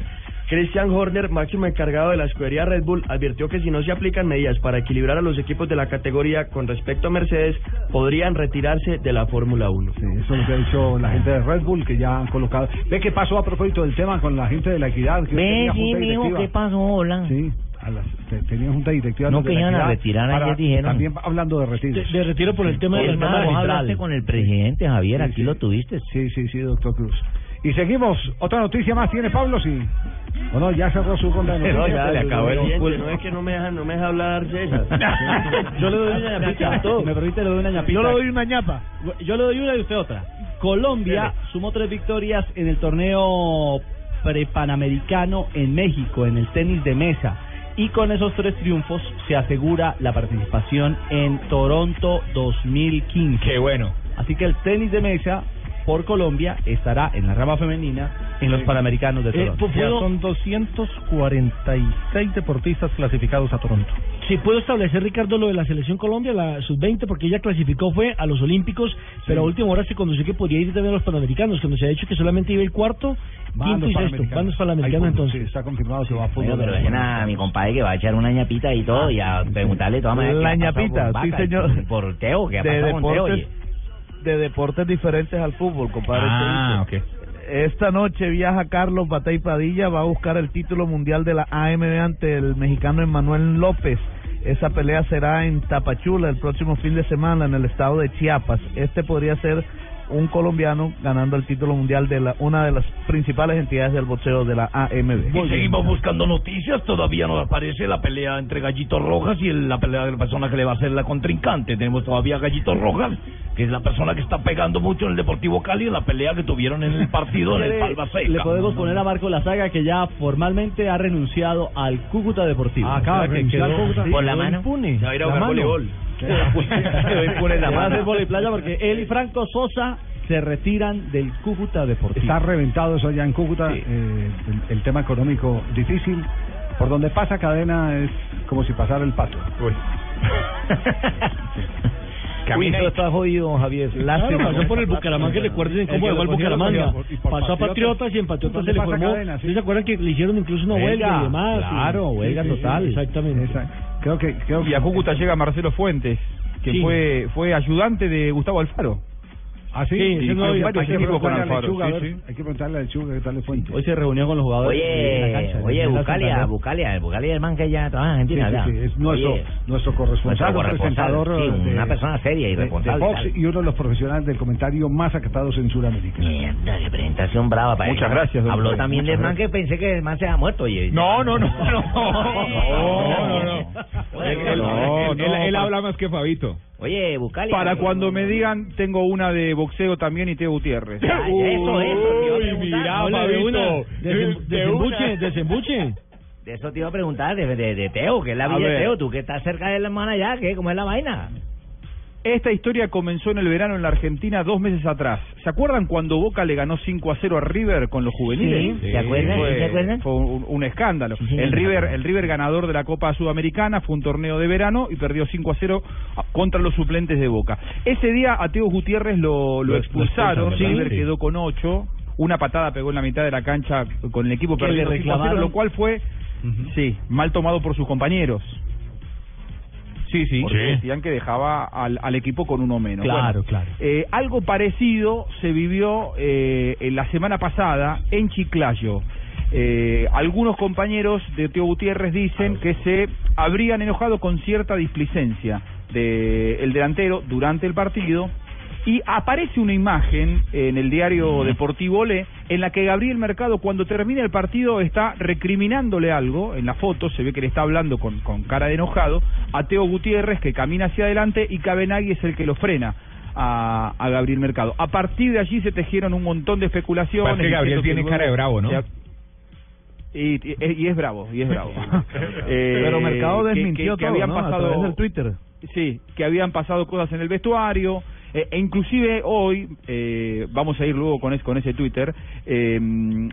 S11: Christian Horner, máximo encargado de la escudería Red Bull, advirtió que si no se aplican medidas para equilibrar a los equipos de la categoría con respecto a Mercedes, podrían retirarse de la Fórmula 1.
S5: Eso es lo que ha dicho la gente de Red Bull, que ya han colocado. ¿Ve qué pasó a propósito del tema con la gente de la equidad? Que
S62: Ve,
S9: Eh,
S5: tenía
S62: sí,
S5: junta
S62: mijo,
S5: directiva?
S62: ¿qué pasó? Hola.
S5: Sí, a las, te- tenían junta directiva.
S62: No,
S5: los de
S62: que
S5: la
S62: iban a
S5: equidad
S62: retirar,
S5: para-
S62: ayer dijeron.
S5: También hablando de retiros.
S62: De- de retiro por el tema de la Cámara
S5: vos
S62: Arbitral.
S5: hablaste
S62: con el presidente, Javier,
S5: Sí,
S62: aquí
S5: sí.
S62: lo tuviste.
S5: Sí, sí, sí, doctor Cruz. Y seguimos. ¿Otra noticia más tiene Pablo? Sí. ¿O no? Ya cerró su ronda de
S11: No,
S5: noticias.
S11: ya, yo soy oyente, No es que no me deja, no me deja hablar, César.
S16: Yo le doy una ñapita. ¿Me permite? Le doy una ñapita.
S11: Yo le doy
S16: una ñapa. Yo le doy una y usted otra. Colombia sumó tres victorias en el torneo prepanamericano en México, en el tenis de mesa. Y con esos tres triunfos se asegura la participación en Toronto 2015. Qué bueno. Así que el tenis de mesa por Colombia estará en la rama femenina en los Panamericanos de
S4: Eh,
S16: Toronto.
S4: pues, ya son 246 deportistas clasificados a Toronto.
S62: Si puedo establecer, Ricardo, lo de la selección Colombia, la sub-20, porque ella clasificó fue a los Olímpicos, pero a última hora se conoció que podía ir también a los Panamericanos, cuando se ha dicho que solamente iba el cuarto,
S5: Va a
S62: quinto
S5: los
S62: y sexto.
S5: Panamericanos.
S62: Van los Panamericanos
S5: Ahí,
S62: entonces.
S5: sí, está confirmado que va a fútbol.
S9: Pero
S5: de la
S9: vayan
S5: semana.
S9: a mi compadre que va a echar una ñapita y todo y
S7: Ah.
S9: a preguntarle de todas maneras.
S16: La
S9: qué ha pasado
S16: ñapita,
S9: con
S16: sí,
S9: Vaca y
S16: señor.
S9: Por, por Teo, ¿qué ha
S16: de
S9: pasado con Teo?
S16: deportes
S9: Oye,
S16: de deportes diferentes al fútbol, compadre.
S7: Ah,
S16: Cheito. Esta noche viaja Carlos Batey Padilla, va a buscar el título mundial de la AMB ante el mexicano Emanuel López. Esa pelea será en Tapachula el próximo fin de semana en el estado de Chiapas. Este podría ser
S35: un colombiano ganando el título mundial de la, una de las principales entidades del boxeo de la AMB.
S64: Y seguimos buscando noticias, todavía no aparece la pelea entre Gallitos Rojas y el- la pelea de la persona que le va a hacer la contrincante. Tenemos todavía a Gallitos Rojas, que es la persona que está pegando mucho en el Deportivo Cali, en la pelea que tuvieron en el partido en el Palma Seca.
S7: Le podemos poner a Marco la saga que ya formalmente ha renunciado al Cúcuta Deportivo. Ah,
S35: acaba de renunciar al Cúcuta. Por la mano.
S7: Impune.
S35: Se va a ir a jugar voleibol.
S7: Quedó impune la mano. Se va a hacer voleiplaya porque él y Franco Sosa se retiran del Cúcuta Deportivo.
S5: Está reventado eso allá en Cúcuta, eh, el, el tema económico difícil. Por donde pasa cadena es como si pasara el pato.
S64: Camina
S35: Uy, eso está jodido, don Javier. Lástima.
S14: Claro, pasó por el Bucaramanga, recuerden cómo llegó al Bucaramanga. Pasó a Patriotas y en Patriotas se le formó. ¿No se acuerdan que le hicieron incluso una huelga y demás?
S12: Claro,
S14: Sí,
S12: huelga
S14: sí, sí,
S12: total.
S14: Exactamente.
S5: Creo que,
S12: y a Cúcuta llega Marcelo Fuentes, que
S14: Sí.
S12: fue fue ayudante de Gustavo Alfaro.
S5: Ah,
S12: sí,
S5: hay,
S12: fue en
S5: que
S12: varios equipos con
S5: preguntarle a
S12: Alfaro.
S5: Lechuga, a
S12: sí,
S5: ver,
S12: sí.
S5: hay que preguntarle a Lechuga qué tal le fue.
S7: Hoy se reunió con los jugadores.
S5: de
S9: Oye,
S5: la cancha, de
S9: oye,
S5: la
S9: Bucalia,
S5: Santander.
S9: Bucalia, el Bucalia es el man que ya trabaja en
S5: Sí,
S9: Argentina.
S5: sí,
S9: ¿verdad?
S5: sí, es nuestro,
S9: Oye,
S5: nuestro corresponsal,
S9: nuestro corresponsal,
S5: presentador
S9: sí,
S5: de-
S9: una persona seria y
S5: de- de
S9: responsable,
S5: Fox
S9: claro.
S5: y uno de los profesionales del comentario más acatados en Sudamérica.
S9: Mierda, qué presentación brava para
S5: Muchas
S9: él.
S5: gracias, don
S9: Habló
S5: Javier,
S9: también
S5: muchas
S9: del man
S5: gracias.
S9: que pensé que el man se había muerto. Oye,
S12: No, no, no, no.
S9: no, no.
S12: Él-
S9: No,
S12: él-
S9: no,
S12: él- él
S9: pa-
S12: habla más que Fabito.
S9: Oye, Bucalia.
S12: Para cuando me digan, tengo una de boxeo también y Teo Gutiérrez.
S9: Ah, eso, eso, te iba a
S12: Uy,
S9: preguntar.
S12: mirá,
S9: Hable de
S12: Fabito.
S9: una, desem-
S12: de- de
S9: desembuche,
S12: una.
S9: desembuche. De eso te iba a preguntar, de, de, de Teo, que es la
S12: A
S9: vida de
S12: ver.
S9: Teo, tú que estás cerca de la hermana ya, ¿qué? ¿Cómo es la vaina?
S12: Esta historia comenzó en el verano en la Argentina dos meses atrás. ¿Se acuerdan cuando Boca le ganó 5 a 0 a River con los juveniles?
S9: Sí, ¿se acuerdan?
S12: Fue,
S9: ¿Sí se acuerdan?
S12: fue un, un escándalo.
S9: señor.
S12: el River, el River ganador de la Copa Sudamericana fue un torneo de verano y perdió 5 a 0 contra los suplentes de Boca. Ese día a Teo Gutiérrez lo, lo
S65: Lo
S12: expulsaron,
S65: expulsan, ¿verdad?
S12: River
S65: Sí.
S12: quedó con 8. Una patada pegó en la mitad de la cancha con el equipo
S65: Que le
S12: perdido 5 a 0,
S65: reclamaron.
S12: lo cual fue sí, mal tomado por sus compañeros. Sí, sí. Porque decían que dejaba al, al equipo con uno menos.
S14: Claro,
S12: Bueno,
S14: claro.
S12: eh, algo parecido se vivió eh, en la semana pasada en Chiclayo. Eh, algunos compañeros de Teo Gutiérrez dicen que se habrían enojado con cierta displicencia del delantero durante el partido y aparece una imagen en el diario Deportivo Olé en la que Gabriel Mercado cuando termina el partido está recriminándole algo, en la foto se ve que le está hablando con, con cara de enojado, a Teo Gutiérrez que camina hacia adelante y Cabenagui es el que lo frena. A, a Gabriel Mercado. A partir de allí se tejieron un montón de especulaciones. Parece que Gabriel diciendo que tiene luego- cara de bravo, ¿no? Y, y- y es bravo, y es bravo. Eh,
S35: Pero Mercado
S12: que- que-
S35: desmintió
S12: que,
S35: todo,
S12: habían
S35: ¿no? A
S12: pasado
S35: través del Twitter.
S12: sí, que habían pasado cosas en el vestuario. eh, e inclusive hoy, eh, vamos a ir luego con, es- con ese Twitter, eh,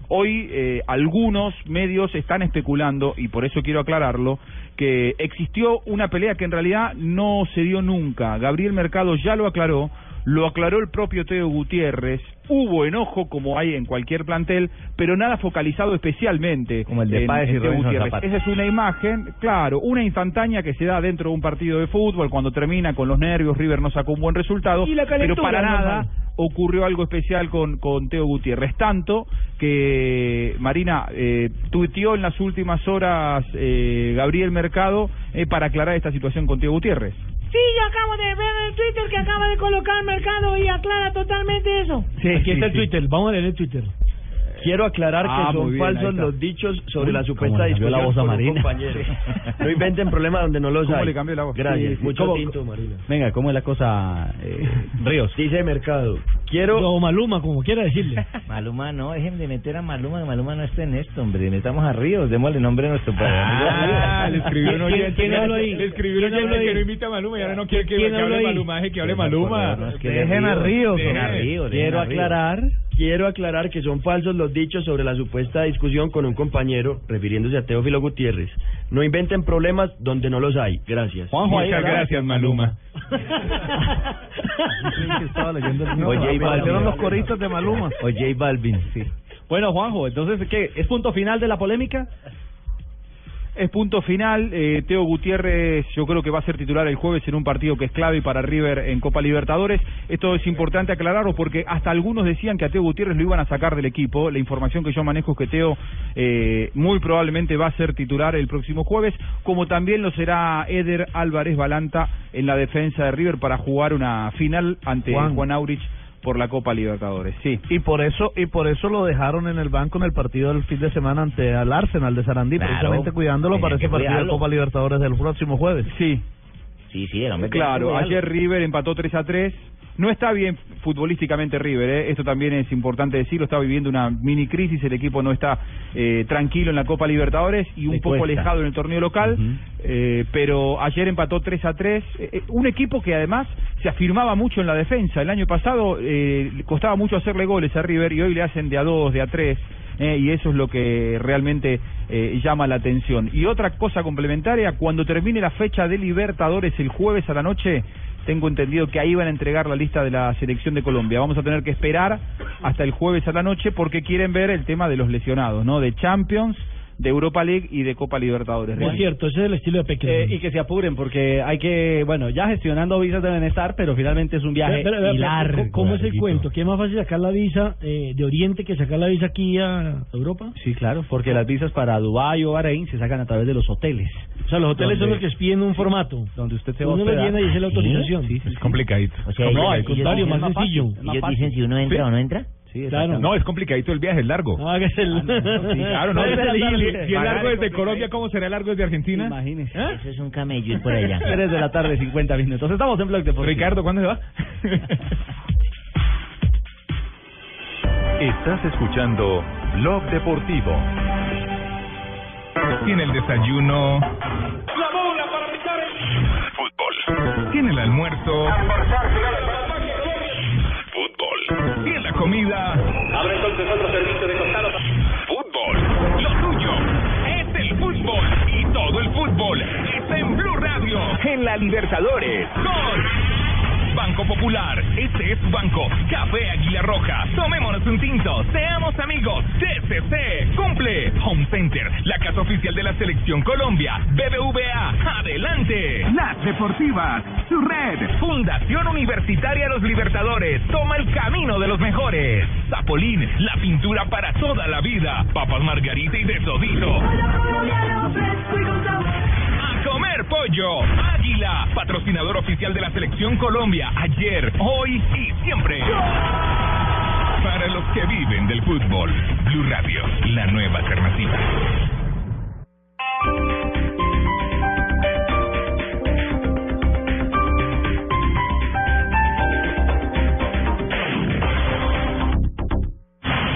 S12: hoy eh, algunos medios están especulando, y por eso quiero aclararlo, que existió una pelea que en realidad no se dio nunca. Gabriel Mercado ya lo aclaró, lo aclaró el propio Teo Gutiérrez, hubo enojo como hay en cualquier plantel, pero nada focalizado especialmente como el
S35: de Páez y Robinson Zapata.
S12: Esa es una imagen, claro, una instantánea que se da dentro de un partido de fútbol cuando termina con los nervios, River no sacó un buen resultado,
S65: Y la
S12: pero
S65: calentura,
S12: para nada
S65: normal.
S12: ocurrió algo especial con, con Teo Gutiérrez, tanto que Marina eh, tuiteó en las últimas horas eh, Gabriel Mercado eh, para aclarar esta situación con Teo Gutiérrez.
S2: Sí, yo acabo de ver en el Twitter que acaba de colocar Mercado y aclara totalmente eso.
S14: Aquí está el
S12: sí.
S14: Twitter, vamos a leer el Twitter.
S11: Quiero aclarar
S14: Ah,
S11: que son
S14: muy bien, ahí
S11: falsos
S14: está.
S11: los dichos sobre
S14: Uy,
S11: la
S14: cómo
S11: supuesta
S14: le cambió
S11: discusión
S14: la voz a
S11: con un
S14: Marina.
S11: compañero. No inventen problemas donde no los
S14: ¿Cómo
S11: hay.
S14: le cambió la voz?
S11: Gracias.
S14: Sí, sí,
S11: Mucho
S14: ¿cómo-
S11: tinto, Marina.
S7: Venga, ¿cómo es la cosa, eh, Ríos?
S11: Dice Mercado. Quiero...
S7: O Maluma, como quiera decirle.
S9: Maluma, no, dejen de meter a Maluma, que Maluma no está en esto, hombre. Metamos a Ríos, démosle nombre a nuestro padre.
S12: Ah, le escribió un oyente.
S9: ¿Quién habló ahí?
S12: Le escribió un
S9: ¿Quién habló
S12: oyente que
S9: ahí?
S12: no invita a Maluma y ahora no quiere que,
S9: ¿Quién
S12: que
S9: habló
S12: hable
S9: ahí?
S12: Maluma, deje que hable
S9: Pues,
S12: Maluma.
S9: por favor, no, es que
S11: Dejen a Ríos,
S12: Dejen a
S11: hombre.
S12: Ríos, dejen
S11: Quiero
S12: a Ríos.
S11: aclarar, quiero aclarar que son falsos los dichos sobre la supuesta discusión con un compañero, refiriéndose a Teófilo Gutiérrez. No inventen problemas donde no los hay. Gracias.
S12: Muchas gracias, Maluma.
S11: Oye,
S35: Oye,
S11: J Balvin.
S35: los coristas de Maluma.
S11: Oye, Balvin, sí.
S7: Bueno, Juanjo, entonces, ¿qué? ¿Es punto final de la polémica?
S12: Es punto final. eh, Teo Gutiérrez, yo creo que va a ser titular el jueves en un partido que es clave para River en Copa Libertadores. Esto es importante aclararlo porque hasta algunos decían que a Teo Gutiérrez lo iban a sacar del equipo. La información que yo manejo es que Teo eh, muy probablemente va a ser titular el próximo jueves, como también lo será Eder Álvarez Balanta en la defensa de River para jugar una final ante
S35: Juan.
S12: Juan Aurich por la Copa Libertadores, sí.
S66: Y por eso y por eso lo dejaron en el banco en el partido del fin de semana ante al Arsenal de Sarandí,
S12: Claro.
S66: precisamente cuidándolo para
S12: Tenían
S66: ese
S12: que
S66: partido de
S12: cuidarlo.
S66: Copa Libertadores del próximo jueves.
S12: Sí.
S7: Sí, sí, el hombre tenía que
S12: Claro,
S7: cuidarlo.
S12: ayer River empató 3 a 3. No está bien futbolísticamente River, ¿eh? esto también es importante decirlo, está viviendo una mini crisis, el equipo no está eh, tranquilo en la Copa Libertadores y un
S11: Le
S12: poco
S11: cuesta.
S12: alejado en el torneo local, eh, pero ayer empató 3 a 3, eh, eh, un equipo que además se afirmaba mucho en la defensa, el año pasado eh, le costaba mucho hacerle goles a River y hoy le hacen de a 2, de a 3, eh, y eso es lo que realmente eh, llama la atención. Y otra cosa complementaria, cuando termine la fecha de Libertadores el jueves a la noche, tengo entendido que ahí van a entregar la lista de la selección de Colombia. Vamos a tener que esperar hasta el jueves a la noche porque quieren ver el tema de los lesionados, ¿no? De Champions, de Europa League y de Copa Libertadores.
S11: Es cierto, ese es el estilo de Pekin.
S12: Eh,
S11: y que se apuren porque hay que, bueno, ya gestionando visas deben estar, pero finalmente es un viaje
S53: Pero, pero, pero,
S11: y largo.
S53: ¿Cómo, cómo es el cuento? ¿Que es más fácil sacar la visa eh, de Oriente que sacar la visa aquí a Europa?
S11: Sí, claro, porque las visas para Dubái o Bahrein se sacan a través de los hoteles.
S53: O sea, los hoteles son los
S11: Donde-
S53: que piden un formato.
S11: Donde usted se va a
S53: Uno le
S11: hospedar.
S53: llena y es la
S11: ¿Sí?
S53: autorización.
S11: sí, sí.
S67: Complicadito.
S11: O sea, No, al ellos- contrario, ellos- más es más sencillo. fácil, es más
S67: Ellos
S11: fácil.
S67: dicen si uno entra
S11: Sí.
S67: o no entra.
S11: Sí,
S67: claro. No, es complicadito el viaje, es largo.
S53: Ah, que es el...
S67: sí, claro, no.
S11: No,
S67: Si
S11: espera, espera,
S67: si- si es
S11: pagar
S67: largo
S11: es
S67: desde Colombia, ¿cómo será largo desde Argentina?
S11: Imagínese.
S67: Eso es un camello ir por allá.
S11: 3 de la tarde, 50 minutos. Estamos en Blog Deportivo.
S67: Ricardo, ¿cuándo se va?
S3: Estás escuchando Blog Deportivo.
S4: Tiene el desayuno.
S28: La bola para picar el...
S4: Tiene el almuerzo. Fútbol. Tiene la comida.
S28: Abre entonces otro servicio de costado.
S4: Fútbol. Lo tuyo es el fútbol. Y todo el fútbol está en Blue Radio. En la Libertadores. Con Banco Popular. Este es tu banco. Café Águila Roja. Tomémonos un tinto. Seamos amigos. TCC. Cumple. Home Center. La casa oficial de la Selección Colombia. BBVA. Adelante. Las Deportivas. Su red. Fundación Universitaria Los Libertadores. Toma el camino de los mejores. Zapolín. La pintura para toda la vida. Papas Margarita y de Todito. A comer pollo. Águila, patrocinador oficial de la selección Colombia. Ayer, hoy y siempre. Para los que viven del fútbol, Blue Radio, la nueva alternativa.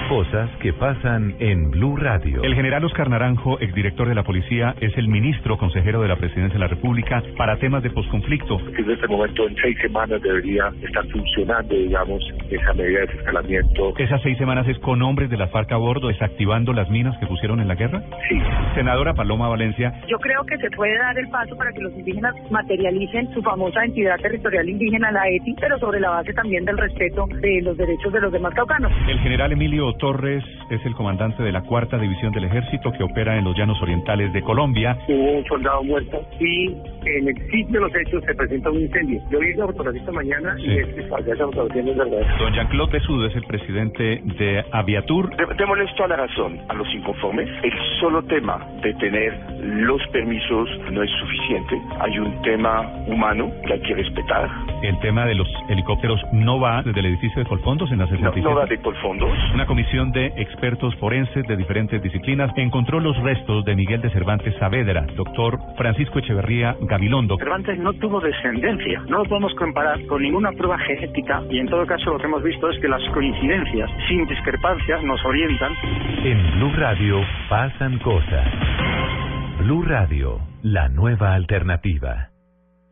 S3: Cosas que pasan en Blue Radio.
S13: El general Oscar Naranjo, exdirector de la policía, es el ministro consejero de la presidencia de la República para temas de posconflicto.
S2: En este momento, en seis semanas debería estar funcionando, digamos, esa medida de escalamiento.
S13: Esas seis semanas es con hombres de la FARC a bordo desactivando las minas que pusieron en la guerra.
S2: Sí.
S13: Senadora Paloma Valencia,
S68: Yo creo que se puede dar el paso para que los indígenas materialicen su famosa entidad territorial indígena, la ETI, pero sobre la base también del respeto de los derechos de los demás caucanos.
S13: el general Emilio Torres es el comandante de la cuarta división del ejército que opera en los llanos orientales de Colombia.
S2: Hubo un soldado muerto y en el sitio de los hechos se presenta un incendio. Yo vi esa fotografía esta mañana y
S13: Sí.
S2: es que esa fotografía no es verdadera.
S13: Don Jean-Claude Besudo es el presidente de Aviatur.
S17: De- Démosles toda la razón a los inconformes. El solo tema de tener los permisos no es suficiente. Hay un tema humano que hay que respetar.
S13: El tema de los helicópteros no va desde el edificio de Colfondos en la
S17: No,
S13: 67.
S17: no da de colfondos.
S13: Una comisión de expertos forenses de diferentes disciplinas encontró los restos de Miguel de Cervantes Saavedra, doctor Francisco Echeverría Gabilondo.
S35: Cervantes no tuvo descendencia, no lo podemos comparar con ninguna prueba genética y en todo caso lo que hemos visto es que las coincidencias sin discrepancias nos orientan.
S3: En Blue Radio pasan cosas. Blue Radio, la nueva alternativa.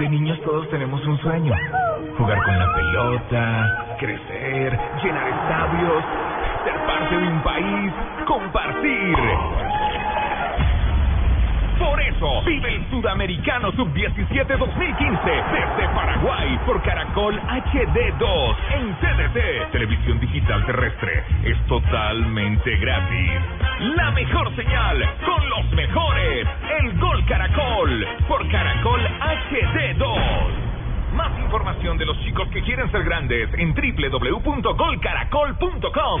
S4: De niños todos tenemos un sueño. Jugar con la pelota, crecer, llenar estadios, ser parte de un país, compartir. Por eso, vive el Sudamericano Sub-17 2015 desde Paraguay por Caracol HD2 en TDT. Televisión digital terrestre es totalmente gratis. La mejor señal con los mejores. El Gol Caracol por Caracol HD2. Más información de los chicos que quieren ser grandes en www.golcaracol.com.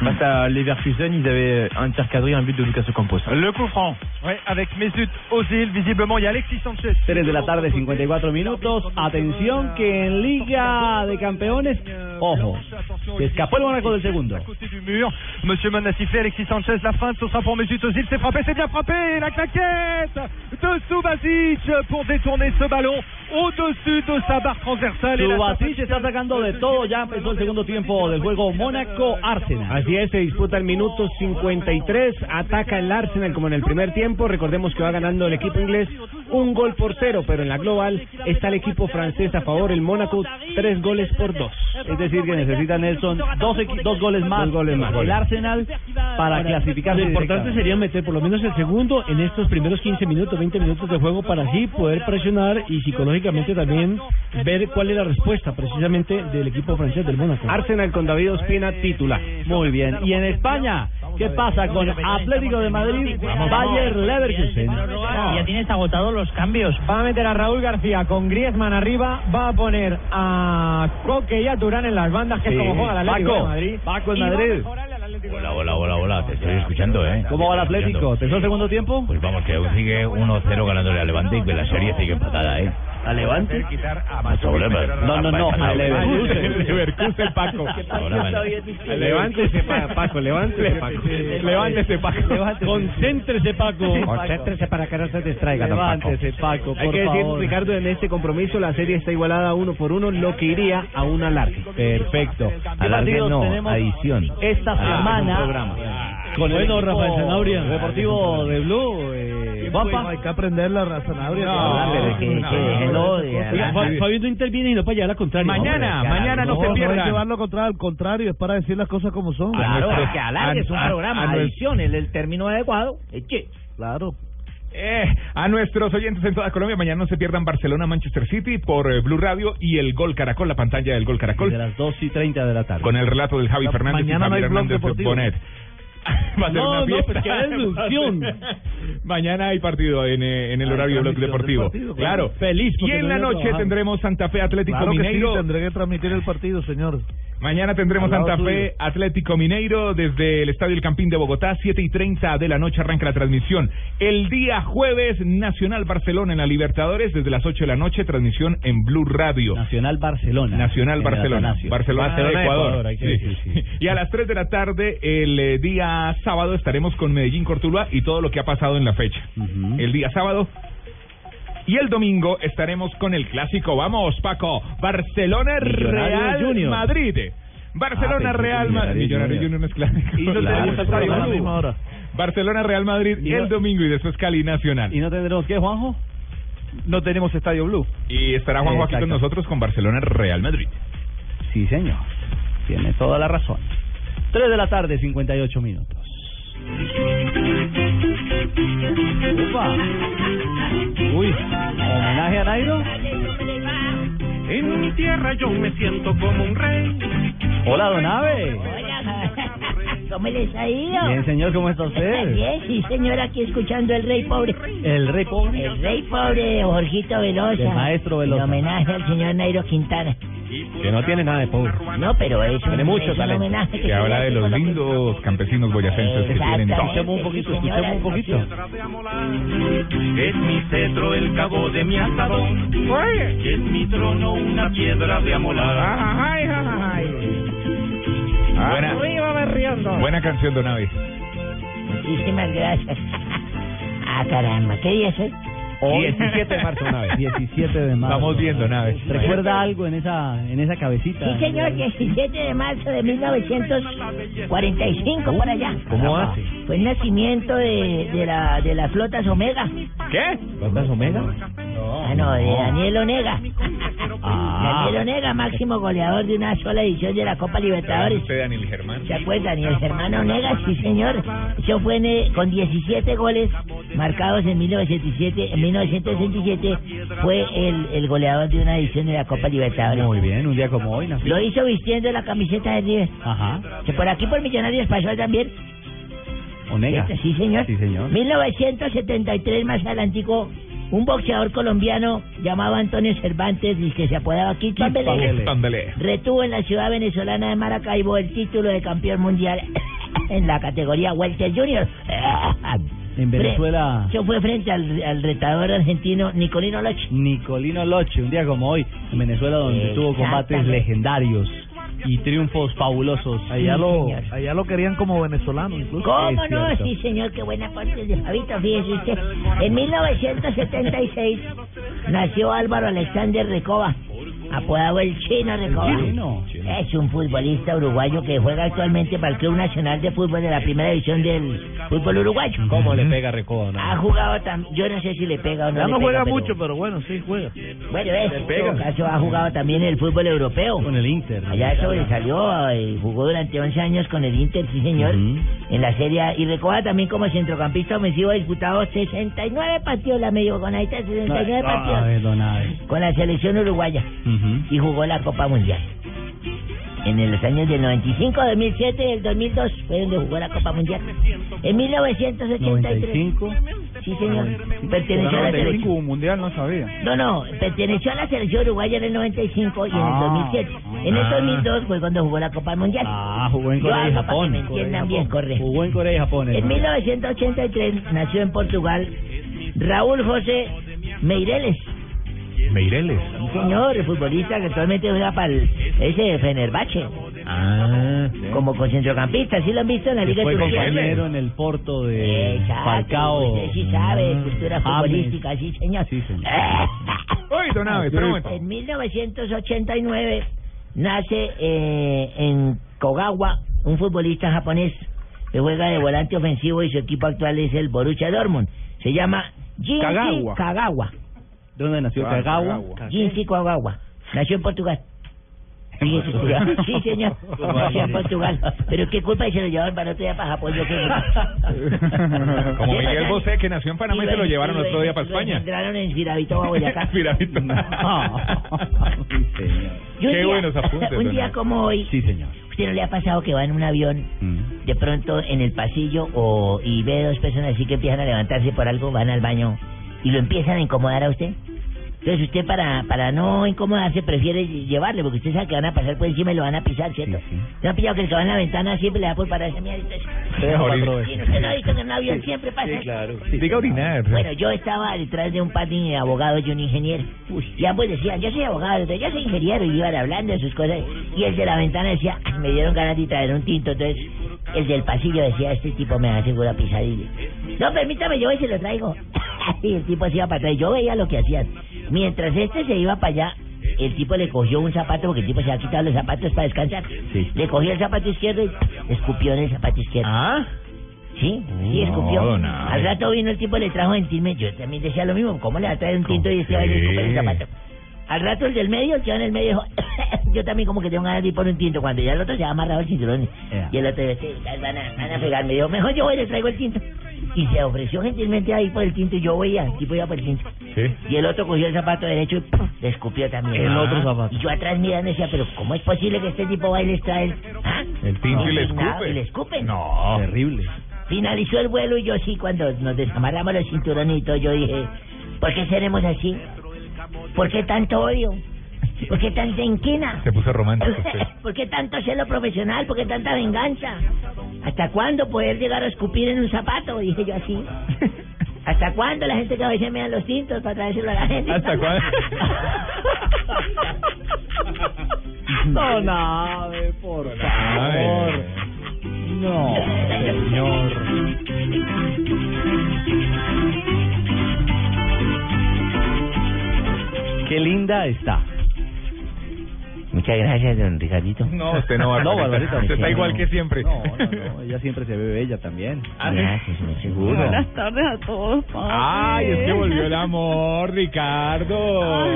S69: Face à Leverkusen, ils avaient intercadré un but de Lucas Ocampos.
S14: Le coup franc. Ouais, avec Mesut Ozil, visiblement, il y a Alexis Sanchez.
S11: 3 de la tarde, 54 minutos. Atención que en Liga de Campeones, ojo, se escapó el Mónaco del segundo.
S14: Côté du mur, Monsieur Manacifé, Alexis Sanchez, la feinte, ce sera pour Mesut Ozil, c'est frappé, c'est bien frappé, la claquette de Subasic pour détourner ce ballon au-dessus de sa barre transversale. Et la
S11: Subasic está sacando de todo, ya empezó el segundo tiempo del juego Mónaco-Arsenal.
S33: Así es, se disputa el minuto 53, ataca el Arsenal como en el primer tiempo, recordemos que va ganando el equipo inglés un gol por cero, pero en la global está el equipo francés a favor, el Mónaco tres goles por dos.
S11: Es decir, que necesita Nelson dos, equi- dos goles más.
S33: Dos goles más.
S11: El Arsenal para clasificar.
S53: Lo importante sería meter por lo menos el segundo en estos primeros 15 minutos, 20 minutos de juego para así poder presionar y psicológicamente también ver cuál es la respuesta precisamente del equipo francés del Mónaco.
S33: Arsenal con David Ospina titular.
S11: Muy bien. Y en España, ¿qué pasa con Atlético de Madrid, Bayer Leverkusen?
S9: Ya tienes agotados los cambios. Va a meter a Raúl García con Griezmann arriba. Va a poner a Coque y a Turán en las bandas, que Sí. es como juega la Atlético Paco, de Madrid.
S11: Paco en
S9: Y va a
S11: Madrid.
S9: mejorar el Atlético de
S36: Hola, hola, hola, hola, te estoy escuchando, ¿eh?
S11: ¿Cómo va el Atlético? ¿Te el segundo tiempo?
S36: Pues vamos, que aún sigue 1-0 ganándole al Levante y que la serie sigue empatada, ¿eh?
S11: ¿A Levante?
S36: No, problema.
S11: No, no, no, a
S36: Leverkusen.
S33: Leverkusen, Paco. Pues, Levántese, pa- Paco, levántese, Paco. Levántese, Paco.
S53: Concéntrese, Paco.
S33: Concéntrese para que no se distraiga, don Paco.
S53: Levántese, Paco,
S33: Hay
S53: por
S33: que decir,
S53: favor.
S33: Ricardo, en este compromiso la serie está igualada uno por uno, lo que iría a un alargue.
S36: Perfecto. Alargue
S33: partidos
S36: no,
S33: tenemos
S36: adición.
S33: esta
S36: Ah,
S33: semana?
S36: un programa.
S33: Con el
S36: Bueno,
S33: equipo
S36: Rafael Zanabria.
S33: Deportivo de Blue, eh, Guapa.
S66: Hay que aprender la ra- zanahoria.
S53: Oiga, Fa- Fabio no interviene y no para llevar la contraria.
S66: Hombre, no, No hay que llevarlo contra, al contrario, es para decir las cosas como son.
S9: Claro,
S66: A nuestro-
S9: que
S66: a-
S9: alargue es un
S66: a- a
S9: programa,
S66: nuestro-
S9: adición, el, el término adecuado. es que-
S66: Claro.
S4: Eh, a nuestros oyentes en toda Colombia, mañana no se pierdan Barcelona, Manchester City por eh, Blue Radio y el Gol Caracol, la pantalla del Gol Caracol. De
S11: las 2 y 30 de la tarde.
S4: Con el relato del Javi
S11: No,
S4: Fernández y
S11: mañana no hay
S4: Javier
S11: blog
S4: Hernández
S11: deportivo.
S4: Bonet. Va a ser
S11: No,
S4: una
S11: no,
S4: fiesta.
S11: pues, qué deducción.
S4: mañana hay partido en, eh, en el Hay horario de Blog transmisión Deportivo. del partido, claro. claro. Feliz. Y porque en no la voy a noche trabajar. tendremos Santa Fe Atlético Claro que sí, Mineiro. tendré
S66: que transmitir el partido, señor.
S4: Mañana tendremos
S66: Al lado
S4: Santa Fe
S66: suyo.
S4: Atlético Mineiro desde el Estadio El Campín de Bogotá, 7 y 30 de la noche arranca la transmisión. El día jueves, Nacional Barcelona en la Libertadores desde las 8 de la noche, transmisión en Blue Radio.
S11: Nacional Barcelona.
S4: Nacional
S11: En el
S4: Barcelona.
S11: Atanasio.
S4: Barcelona,
S11: Barcelona,
S4: Ecuador.
S11: Ah, Ecuador, hay que
S4: Sí.
S11: decir, sí.
S4: Y a las 3 de la tarde, el eh, día sábado, estaremos con Medellín Cortuluá y todo lo que ha pasado en la fecha. El día sábado. Y el domingo estaremos con el clásico. Vamos, Paco. Barcelona
S69: Millonarios
S4: Real
S69: Junior.
S4: Madrid. Barcelona
S69: Ah, pensé que
S4: Real Madrid.
S69: Millonarios
S4: Millonario
S69: Junior.
S4: Junior es clásico.
S69: Y no Claro, tenemos al Estadio
S4: a la
S69: Blue.
S4: misma hora. Barcelona Real Madrid
S12: Y
S4: el
S12: no-
S4: domingo y después Cali Nacional.
S11: ¿Y no tendremos qué, Juanjo?
S4: No tenemos Estadio Blue. Y estará Juanjo aquí con
S11: Exacto.
S4: nosotros con Barcelona Real Madrid.
S11: Sí, señor. Tiene toda la razón. 3 de la tarde, 58 minutos. Upa. Uy, homenaje a Nairo.
S37: En mi tierra yo me siento como un rey.
S11: Hola, don Ave.
S21: ¿Cómo les ha ido?
S11: Bien, señor, ¿cómo está usted?
S21: Bien, sí, señor, aquí escuchando El Rey Pobre.
S11: El rey pobre.
S21: El Rey Pobre de Jorgito Velosa.
S11: Del maestro Velosa.
S21: En homenaje al señor Nairo Quintana.
S11: Que no tiene nada de pobre.
S21: No, pero es un,
S11: Tiene mucho
S21: es un
S11: talento.
S21: homenaje que
S4: Que
S21: se
S4: habla
S21: le
S4: de
S21: hace
S4: los
S21: con lo que-
S4: lindos campesinos boyacenses que tienen
S21: Exactamente,
S4: todo.
S21: sí, señora,
S37: Es mi cetro el cabo de mi asadón. Es mi trono una piedra de amolar.
S28: Ajajay, ajajay.
S4: Buena,
S28: Arriba berriendo.
S4: buena canción, Donavi.
S21: Muchísimas gracias. Ah, caramba, ¿qué día es hoy?
S11: Hoy.
S33: 17 de marzo, Nave.
S11: 17 de marzo.
S33: Vamos viendo, Nave.
S11: ¿Recuerda algo en esa, en esa cabecita?
S21: Sí, señor, 17 de marzo de 1945 por allá.
S11: ¿Cómo hace?
S21: Fue el nacimiento de, de, la, de las flotas Omega.
S36: ¿Qué?
S33: ¿Flotas Omega?
S21: Ah, no, de Daniel Onega.
S11: Ah.
S21: Daniel Onega, máximo goleador de una sola edición de la Copa Libertadores.
S36: ¿Usted, Daniel Germán?
S21: ¿Se acuerdan? Y el hermano Onega, sí señor. Eso fue en, eh, con 17 goles marcados en 1907. En 1967 fue el, el goleador de una edición de la Copa Libertadores.
S11: Muy bien, un día como hoy. nació.
S21: Lo hizo vistiendo la camiseta de River.
S11: Ajá.
S21: Que por aquí por Millonarios pasó también.
S11: Onega.
S21: ¿Cierto? Este, Sí, señor.
S11: Sí, señor.
S21: 1973 más adelantico, un boxeador colombiano llamado Antonio Cervantes, y que se apodaba Kid Pambelé,
S36: Pambelé.
S21: retuvo en la ciudad venezolana de Maracaibo el título de campeón mundial en la categoría Welter Junior.
S11: En Venezuela,
S21: Eso fue frente al, al retador argentino Nicolino Lochi.
S11: Nicolino Loche, un día como hoy, en Venezuela
S66: Eh,
S11: donde tuvo combates
S21: Exactamente.
S11: legendarios y triunfos fabulosos.
S66: Allá lo,
S21: señor.
S66: allá lo querían como venezolano incluso.
S21: ¿Cómo
S11: Es
S21: no? Ah,
S11: cierto.
S21: Sí, señor, qué buena parte de Fabito, fíjese usted. En 1976 nació Álvaro Alexander Recoba, apodado el Chino Recoba.
S11: Chino.
S21: Es un futbolista uruguayo que juega actualmente para el Club Nacional de Fútbol de la Primera División del Fútbol Uruguayo.
S11: ¿Cómo le pega Recoba? no?
S21: Ha jugado también, yo no sé si le pega o no.
S66: Ya
S21: le
S66: no
S21: pega,
S66: juega
S21: pero-
S66: mucho, pero bueno, sí juega.
S21: Bueno, es,
S11: Le
S21: en
S11: pega.
S21: todo caso ha jugado también en el fútbol europeo.
S11: Con el Inter.
S21: Allá sobresalió eh, y jugó durante 11 años con el Inter, sí señor,
S11: Ujú.
S21: en la Serie A. Y recoja también como centrocampista ofensivo ha disputado 69 partidos, la mediogonadita,
S36: Ah,
S21: 69
S11: A
S21: partidos
S11: ver, don Aves.
S21: con la selección uruguaya
S11: Ujú.
S21: y jugó la Copa Mundial. En los años del 95, 2007 y el 2002 fue donde jugó la Copa Mundial. En 1983,
S11: 95.
S21: sí señor, perteneció a la selección.
S12: un mundial, no sabía.
S21: No, no, perteneció a la selección uruguaya en el 95 y en
S12: Ah,
S21: el 2007. En el
S36: ah.
S21: 2002 fue cuando jugó la Copa Mundial.
S11: Ah, jugó en
S21: Yo
S11: Corea y
S21: hablo para
S11: Japón.
S21: que me
S11: Corea y
S21: entiendan bien,
S11: Japón.
S21: correcto.
S11: Jugó en Corea y Japón. el
S21: En
S11: hombre.
S21: 1983 nació en Portugal Raúl José Meireles.
S13: Meireles.
S21: Un señor futbolista que actualmente juega para el, ese Fenerbahce.
S36: Ah,
S21: Como con centrocampista, ¿sí lo han visto en la
S11: Que
S21: Liga
S11: fue
S21: de Turquía?
S11: compañero en el Porto de
S21: Exacto,
S11: Falcao.
S21: usted sí sabe,
S11: Mm,
S21: cultura
S11: James.
S21: futbolística, sí señor. Eh.
S11: Sí, señor.
S36: Oye, don Abe, espera un momento.
S21: En 1989 nace eh, en Kogawa un futbolista japonés que juega de volante ofensivo y su equipo actual es el Borussia Dortmund. Se llama Jinji
S12: Kagawa.
S21: Kagawa.
S11: ¿Dónde
S36: Ah,
S11: nació Kagawa?
S21: Jinji Kagawa. Nació en Portugal. Sí, en Portugal. Sí, señor. Nació en Portugal. Pero qué culpa si se lo llevaron para otro día para Japón. Yo qué
S36: Como
S21: Sí,
S36: Miguel
S21: verdad.
S36: Bosé, que nació en Panamá y se lo llevaron otro día para España.
S21: Entraron en Firavito, Boyacá.
S36: Piravito.
S11: Sí, señor.
S21: Y un
S36: Qué
S21: día-
S36: buenos apuntes,
S21: Un
S36: don
S21: día
S36: Alex.
S21: como hoy,
S11: Sí, señor.
S21: ¿usted no le ha pasado que va en un avión
S11: Mm.
S21: de pronto en el pasillo o y ve dos personas así que empiezan a levantarse por algo, van al baño y lo empiezan a incomodar a usted? Entonces usted para para no incomodarse prefiere llevarle porque usted sabe que van a pasar por encima y lo van a pisar, ¿cierto?
S11: Sí, sí.
S21: ¿No ha pillado que el que va en la ventana siempre le da por pararse a mí? Sí, usted no ha visto que en un avión siempre pasa eso?
S36: Diga orinar.
S7: pues.
S21: Bueno, yo estaba detrás de un par de abogados y un ingeniero. Y ambos decían, yo soy abogado, yo soy ingeniero, y iban hablando de sus cosas. Y el de la ventana decía, "Ay, me dieron ganas de traer un tinto. Entonces, el del pasillo decía, este tipo me hace una pisadilla. No, permítame, yo voy y se lo traigo. y el tipo se iba para atrás. Yo veía lo que hacían. Mientras este se iba para allá, el tipo le cogió un zapato, porque el tipo se había quitado los zapatos para descansar.
S11: Sí.
S21: Le cogió el zapato izquierdo y escupió en el zapato izquierdo.
S11: Ah,
S21: Sí, sí,
S36: No,
S21: escupió.
S36: no.
S21: Al rato vino el tipo, le trajo en tinto. Yo también decía lo mismo. ¿Cómo le va a traer un tinto y este va a ir a escupir el
S36: Sí.
S21: zapato? Al rato el del medio, el que va en el medio dijo, yo también como que tengo ganas de ir por un tinto. Cuando ya el otro se ha amarrado el cinturón.
S11: Ea.
S21: Y el otro dice, sí, ya van a, van a pegarme. Dijo, mejor yo voy y le traigo el tinto. Y se ofreció gentilmente a ir por el tinto. Y yo voy a, el tipo iba por el tinto.
S36: Sí.
S21: Y el otro cogió el zapato derecho y ¡pum! le escupió también.
S11: El
S21: Ah.
S11: otro zapato.
S21: Y yo atrás mirando decía, pero ¿cómo es posible que este tipo va y les trae el, ah?
S36: El tinto y le
S21: Indignado,
S36: escupe.
S21: y le escupen.
S36: No.
S11: Ah, terrible.
S21: Finalizó el vuelo y yo sí, cuando nos desamarramos los cinturonitos, yo dije, ¿por qué seremos así? ¿Por qué tanto odio? ¿Por qué tanta inquina?
S36: Se puso romántico
S69: pues, eh.
S36: usted.
S21: ¿Por qué tanto celo profesional? ¿Por qué tanta venganza? ¿Hasta cuándo poder llegar a escupir en un zapato? Dije yo así. ¿Hasta cuándo la gente que a veces me da los cintos para traérselo a la gente?
S36: ¿Hasta cuándo?
S11: Don Abe, por favor. No, señor. Qué linda está.
S21: Muchas gracias, don Ricardito.
S12: No, usted no, Barbarita. Usted está igual que siempre.
S21: No,
S11: ella siempre se ve bella también.
S21: Gracias, me aseguro.
S16: Buenas tardes a todos. papi.
S12: Ay, es que volvió el amor,
S16: Ay,
S12: Ricardo.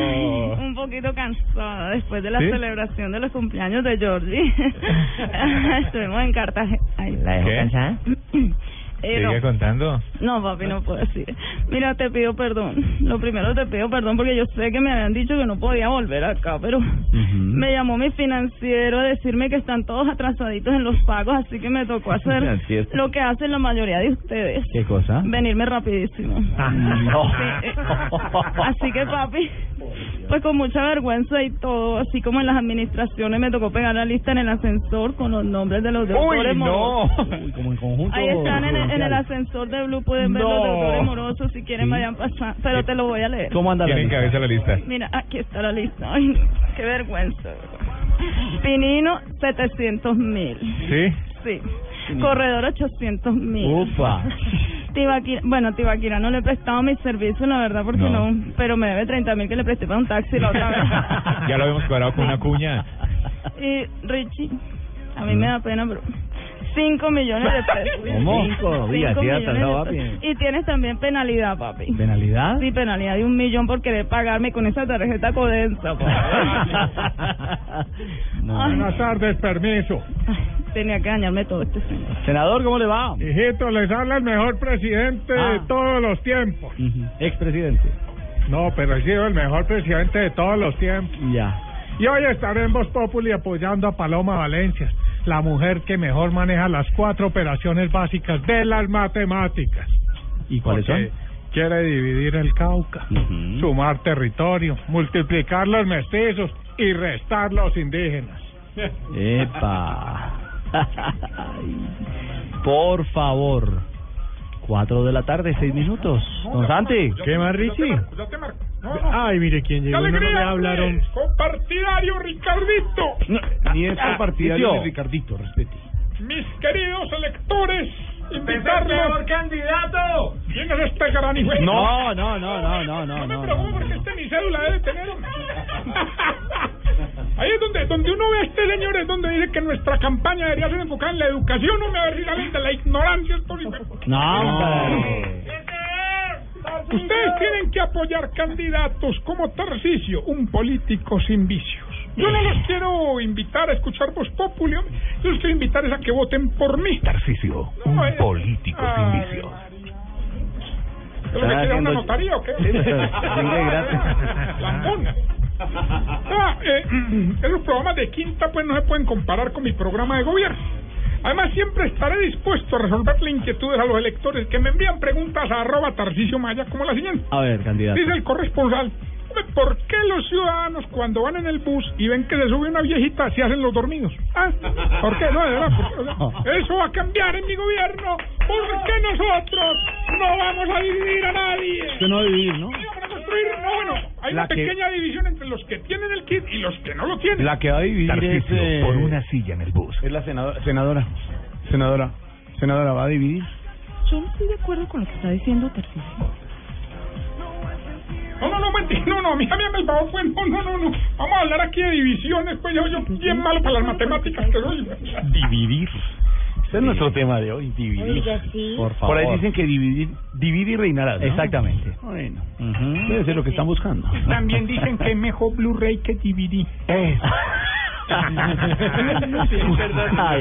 S16: un poquito cansada después de la
S12: ¿Sí?
S16: celebración de los cumpleaños de Georgie. Estuvimos en Cartagena. Ay,
S21: ¿La dejó
S12: ¿Qué?
S21: cansada?
S16: eh, no.
S12: Sigue contando.
S16: No, papi, no puedo decir. Mira, te pido perdón. Lo primero te pido perdón porque yo sé que me habían dicho que no podía volver acá, pero me llamó mi financiero a decirme que están todos atrasaditos en los pagos, así que me tocó hacer
S11: Financiero.
S16: lo que hacen la mayoría de ustedes.
S11: ¿Qué cosa?
S16: Venirme rapidísimo.
S11: Ah, no.
S16: Sí, eh, Así que papi, pues con mucha vergüenza y todo, así como en las administraciones me tocó pegar la lista en el ascensor con los nombres de los deudores
S12: ¡Uy, no!
S16: morosos.
S11: Uy, como en conjunto.
S16: Ahí están en el, en el ascensor de Blue, pueden ver
S12: No.
S16: los deudores morosos si quieren vayan pasando, pero te lo voy a leer.
S11: Eh, ¿Cómo anda la
S12: Tiene en
S11: lista?
S12: cabeza la lista.
S16: Mira, aquí está la lista. Ay, no, qué vergüenza. Pinino, 700 mil.
S12: ¿Sí?
S16: Sí. Corredor, 800 mil.
S11: Ufa.
S16: Tibaquira, bueno, Tibaquira no le he prestado mis servicios, la verdad, porque
S12: No.
S16: no, pero me debe 30 mil que le presté para un taxi la otra vez.
S12: Ya lo habíamos cuadrado con una cuña.
S16: Y Richie, a mí me da pena, pero... 5 millones de pesos.
S11: ¿Cómo?
S16: Cinco
S11: Diga, sí,
S16: millones
S11: atrasado,
S16: de
S11: papi.
S16: pesos. Y tienes también penalidad, papi.
S11: ¿Penalidad?
S16: Sí, penalidad de un millón por querer pagarme con esa tarjeta codensa,
S70: Buenas tardes, permiso.
S16: Tenía que dañarme todo este señor.
S11: Senador, ¿cómo le va?
S70: Hijito, les habla el mejor presidente de
S11: Ah.
S70: todos los tiempos.
S11: Expresidente.
S70: No, pero he sido el mejor presidente de todos los tiempos.
S11: Ya.
S70: Y hoy estaré en Voz Populi apoyando a Paloma Valencia, la mujer que mejor maneja las cuatro operaciones básicas de las matemáticas.
S11: ¿Y cuáles
S70: Porque
S11: son?
S70: Quiere dividir el Cauca, sumar territorio, multiplicar los mestizos y restar los indígenas.
S11: Epa. Ay. Por favor. Cuatro de la tarde, seis minutos. Don Santi.
S70: ¿Qué más, Richie? Yo te marco.
S11: Ay, mire quién
S70: ¡Qué alegría, pues! ¡Compartidario Ricardito!
S11: Ni
S70: es
S69: Ah,
S11: partidario ni
S12: Ricardito, respete.
S70: Mis queridos electores, invitarlos.
S12: candidato!
S70: ¿Quién es este gran hijo?
S11: No, no, no, no, no, no.
S70: No
S11: no,
S70: me preocupo porque este mi cédula debe tener. hombre. Ahí es donde, donde uno ve a este señor, es donde dice que nuestra campaña debería ser enfocada en la educación, no me ver si salen de la ignorancia. estos hijos.
S11: No,
S70: Ustedes tienen que apoyar candidatos como Tarcisio, un político sin vicios. Yo no los quiero invitar a escuchar Voz Populi, hombre. yo los quiero invitar es a que voten por mí.
S12: Tarcisio,
S70: No,
S12: un
S70: es-
S12: político sin
S70: Ave
S12: vicios.
S70: ¿Pero me quiere una notaría o qué?
S12: Ah, Sí, pero-
S70: Venga, gracias. Lambón. Ah, eh, esos programas de quinta pues no se pueden comparar con mi programa de gobierno. Además, siempre estaré dispuesto a resolver las inquietudes a los electores que me envían preguntas a arroba Tarcisio Maya como la siguiente.
S11: A ver, candidato.
S70: Dice el corresponsal, "Hombre, ¿por qué los ciudadanos cuando van en el bus y ven que se sube una viejita se hacen los dormidos? ¿Ah? ¿Por qué? No, de verdad, ¿por qué? O sea, eso va a cambiar en mi gobierno, porque nosotros no vamos a dividir a nadie.
S11: Usted no va a vivir, ¿no?
S70: Y vamos a construir, no, bueno, hay
S12: La
S70: una
S12: que-
S70: pequeña división entre los que tienen el kit y los que no lo tienen.
S12: que va a vivir
S69: es, eh,
S12: por una silla en el bus.
S69: Es la senadora. Senadora. Senadora. Senadora, ¿va a dividir?
S16: Yo no estoy de acuerdo con lo que está diciendo Tarcísio.
S70: No, no, no, mentira, no, no, mira, mira, el favor, pues, no, no, no, no, vamos a hablar aquí de divisiones, pues yo, yo, bien malo para las matemáticas que soy.
S69: Dividir. Ese es nuestro tema de hoy, dividir.
S21: Oiga, sí.
S11: Por favor.
S69: Por ahí dicen que dividir, divide y reinarás. ¿no?
S11: Exactamente.
S69: Bueno, debe ser lo que están buscando.
S70: También dicen que es mejor Blu-ray que DVD.
S69: Eh,
S16: Ay,
S11: Ay,
S16: a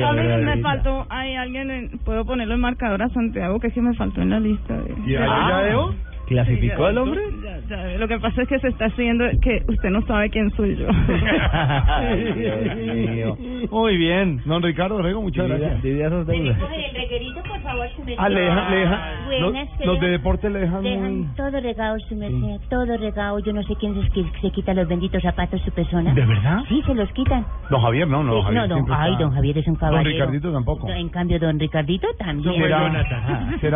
S11: ay,
S16: mí me
S11: ay.
S16: faltó, hay alguien, en- puedo ponerlo en marcador a Santiago, que sí me faltó en la lista. de-
S11: ¿Y ahí
S69: Ah.
S11: ya veo? ¿Clasificó el hombre?
S16: Ya, ya, lo que pasa es que se está haciendo que usted no sabe quién soy yo.
S69: Muy bien, don Ricardo Rego, muchas
S11: Divida-
S69: gracias.
S11: divida esas deudas.
S5: el requerito, por favor, su merced.
S69: Ah, le dejan- le dejan-
S5: Buenas,
S69: los- los de deporte le dejan muy-
S5: todo regado, su merced, todo regado. Yo no sé quién es que se quita los benditos zapatos su persona.
S69: ¿De verdad?
S5: Sí, se los quitan.
S69: Don Javier, no, no, don
S5: Eh,
S69: Javier.
S5: no, don,
S69: siempre
S5: ay,
S69: está-
S5: don Javier es un caballero.
S69: Ricardito tampoco.
S5: En cambio, don Ricardito también.
S69: Será- Será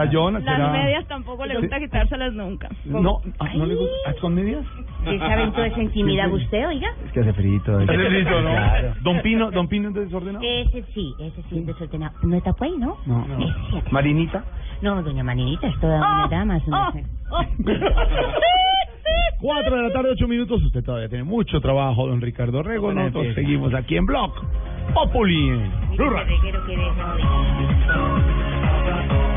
S69: Jonathan,
S16: Las
S69: será-
S16: medias tampoco le gusta quitárselas nunca.
S69: No, ah, no le gusta. ah, ¿Son medias?
S5: ¿Qué saben toda esa intimidad
S69: Siempre-
S5: usted, oiga?
S69: Es que hace frío.
S5: Hace frito, ¿no?
S69: Claro. Don Pino, Don Pino es desordenado.
S5: Ese sí, ese sí es desordenado. No está pues, ¿no?
S69: No, no. Marinita. Ah,
S5: No, doña Maninita es toda una dama, su merced.
S4: 4 de la tarde, 8 minutos. Usted todavía tiene mucho trabajo, don Ricardo Rego.
S71: Buena
S4: Nosotros
S71: empieza.
S4: seguimos aquí en Blog Populi.
S7: Mire ese reguero que deja hoy.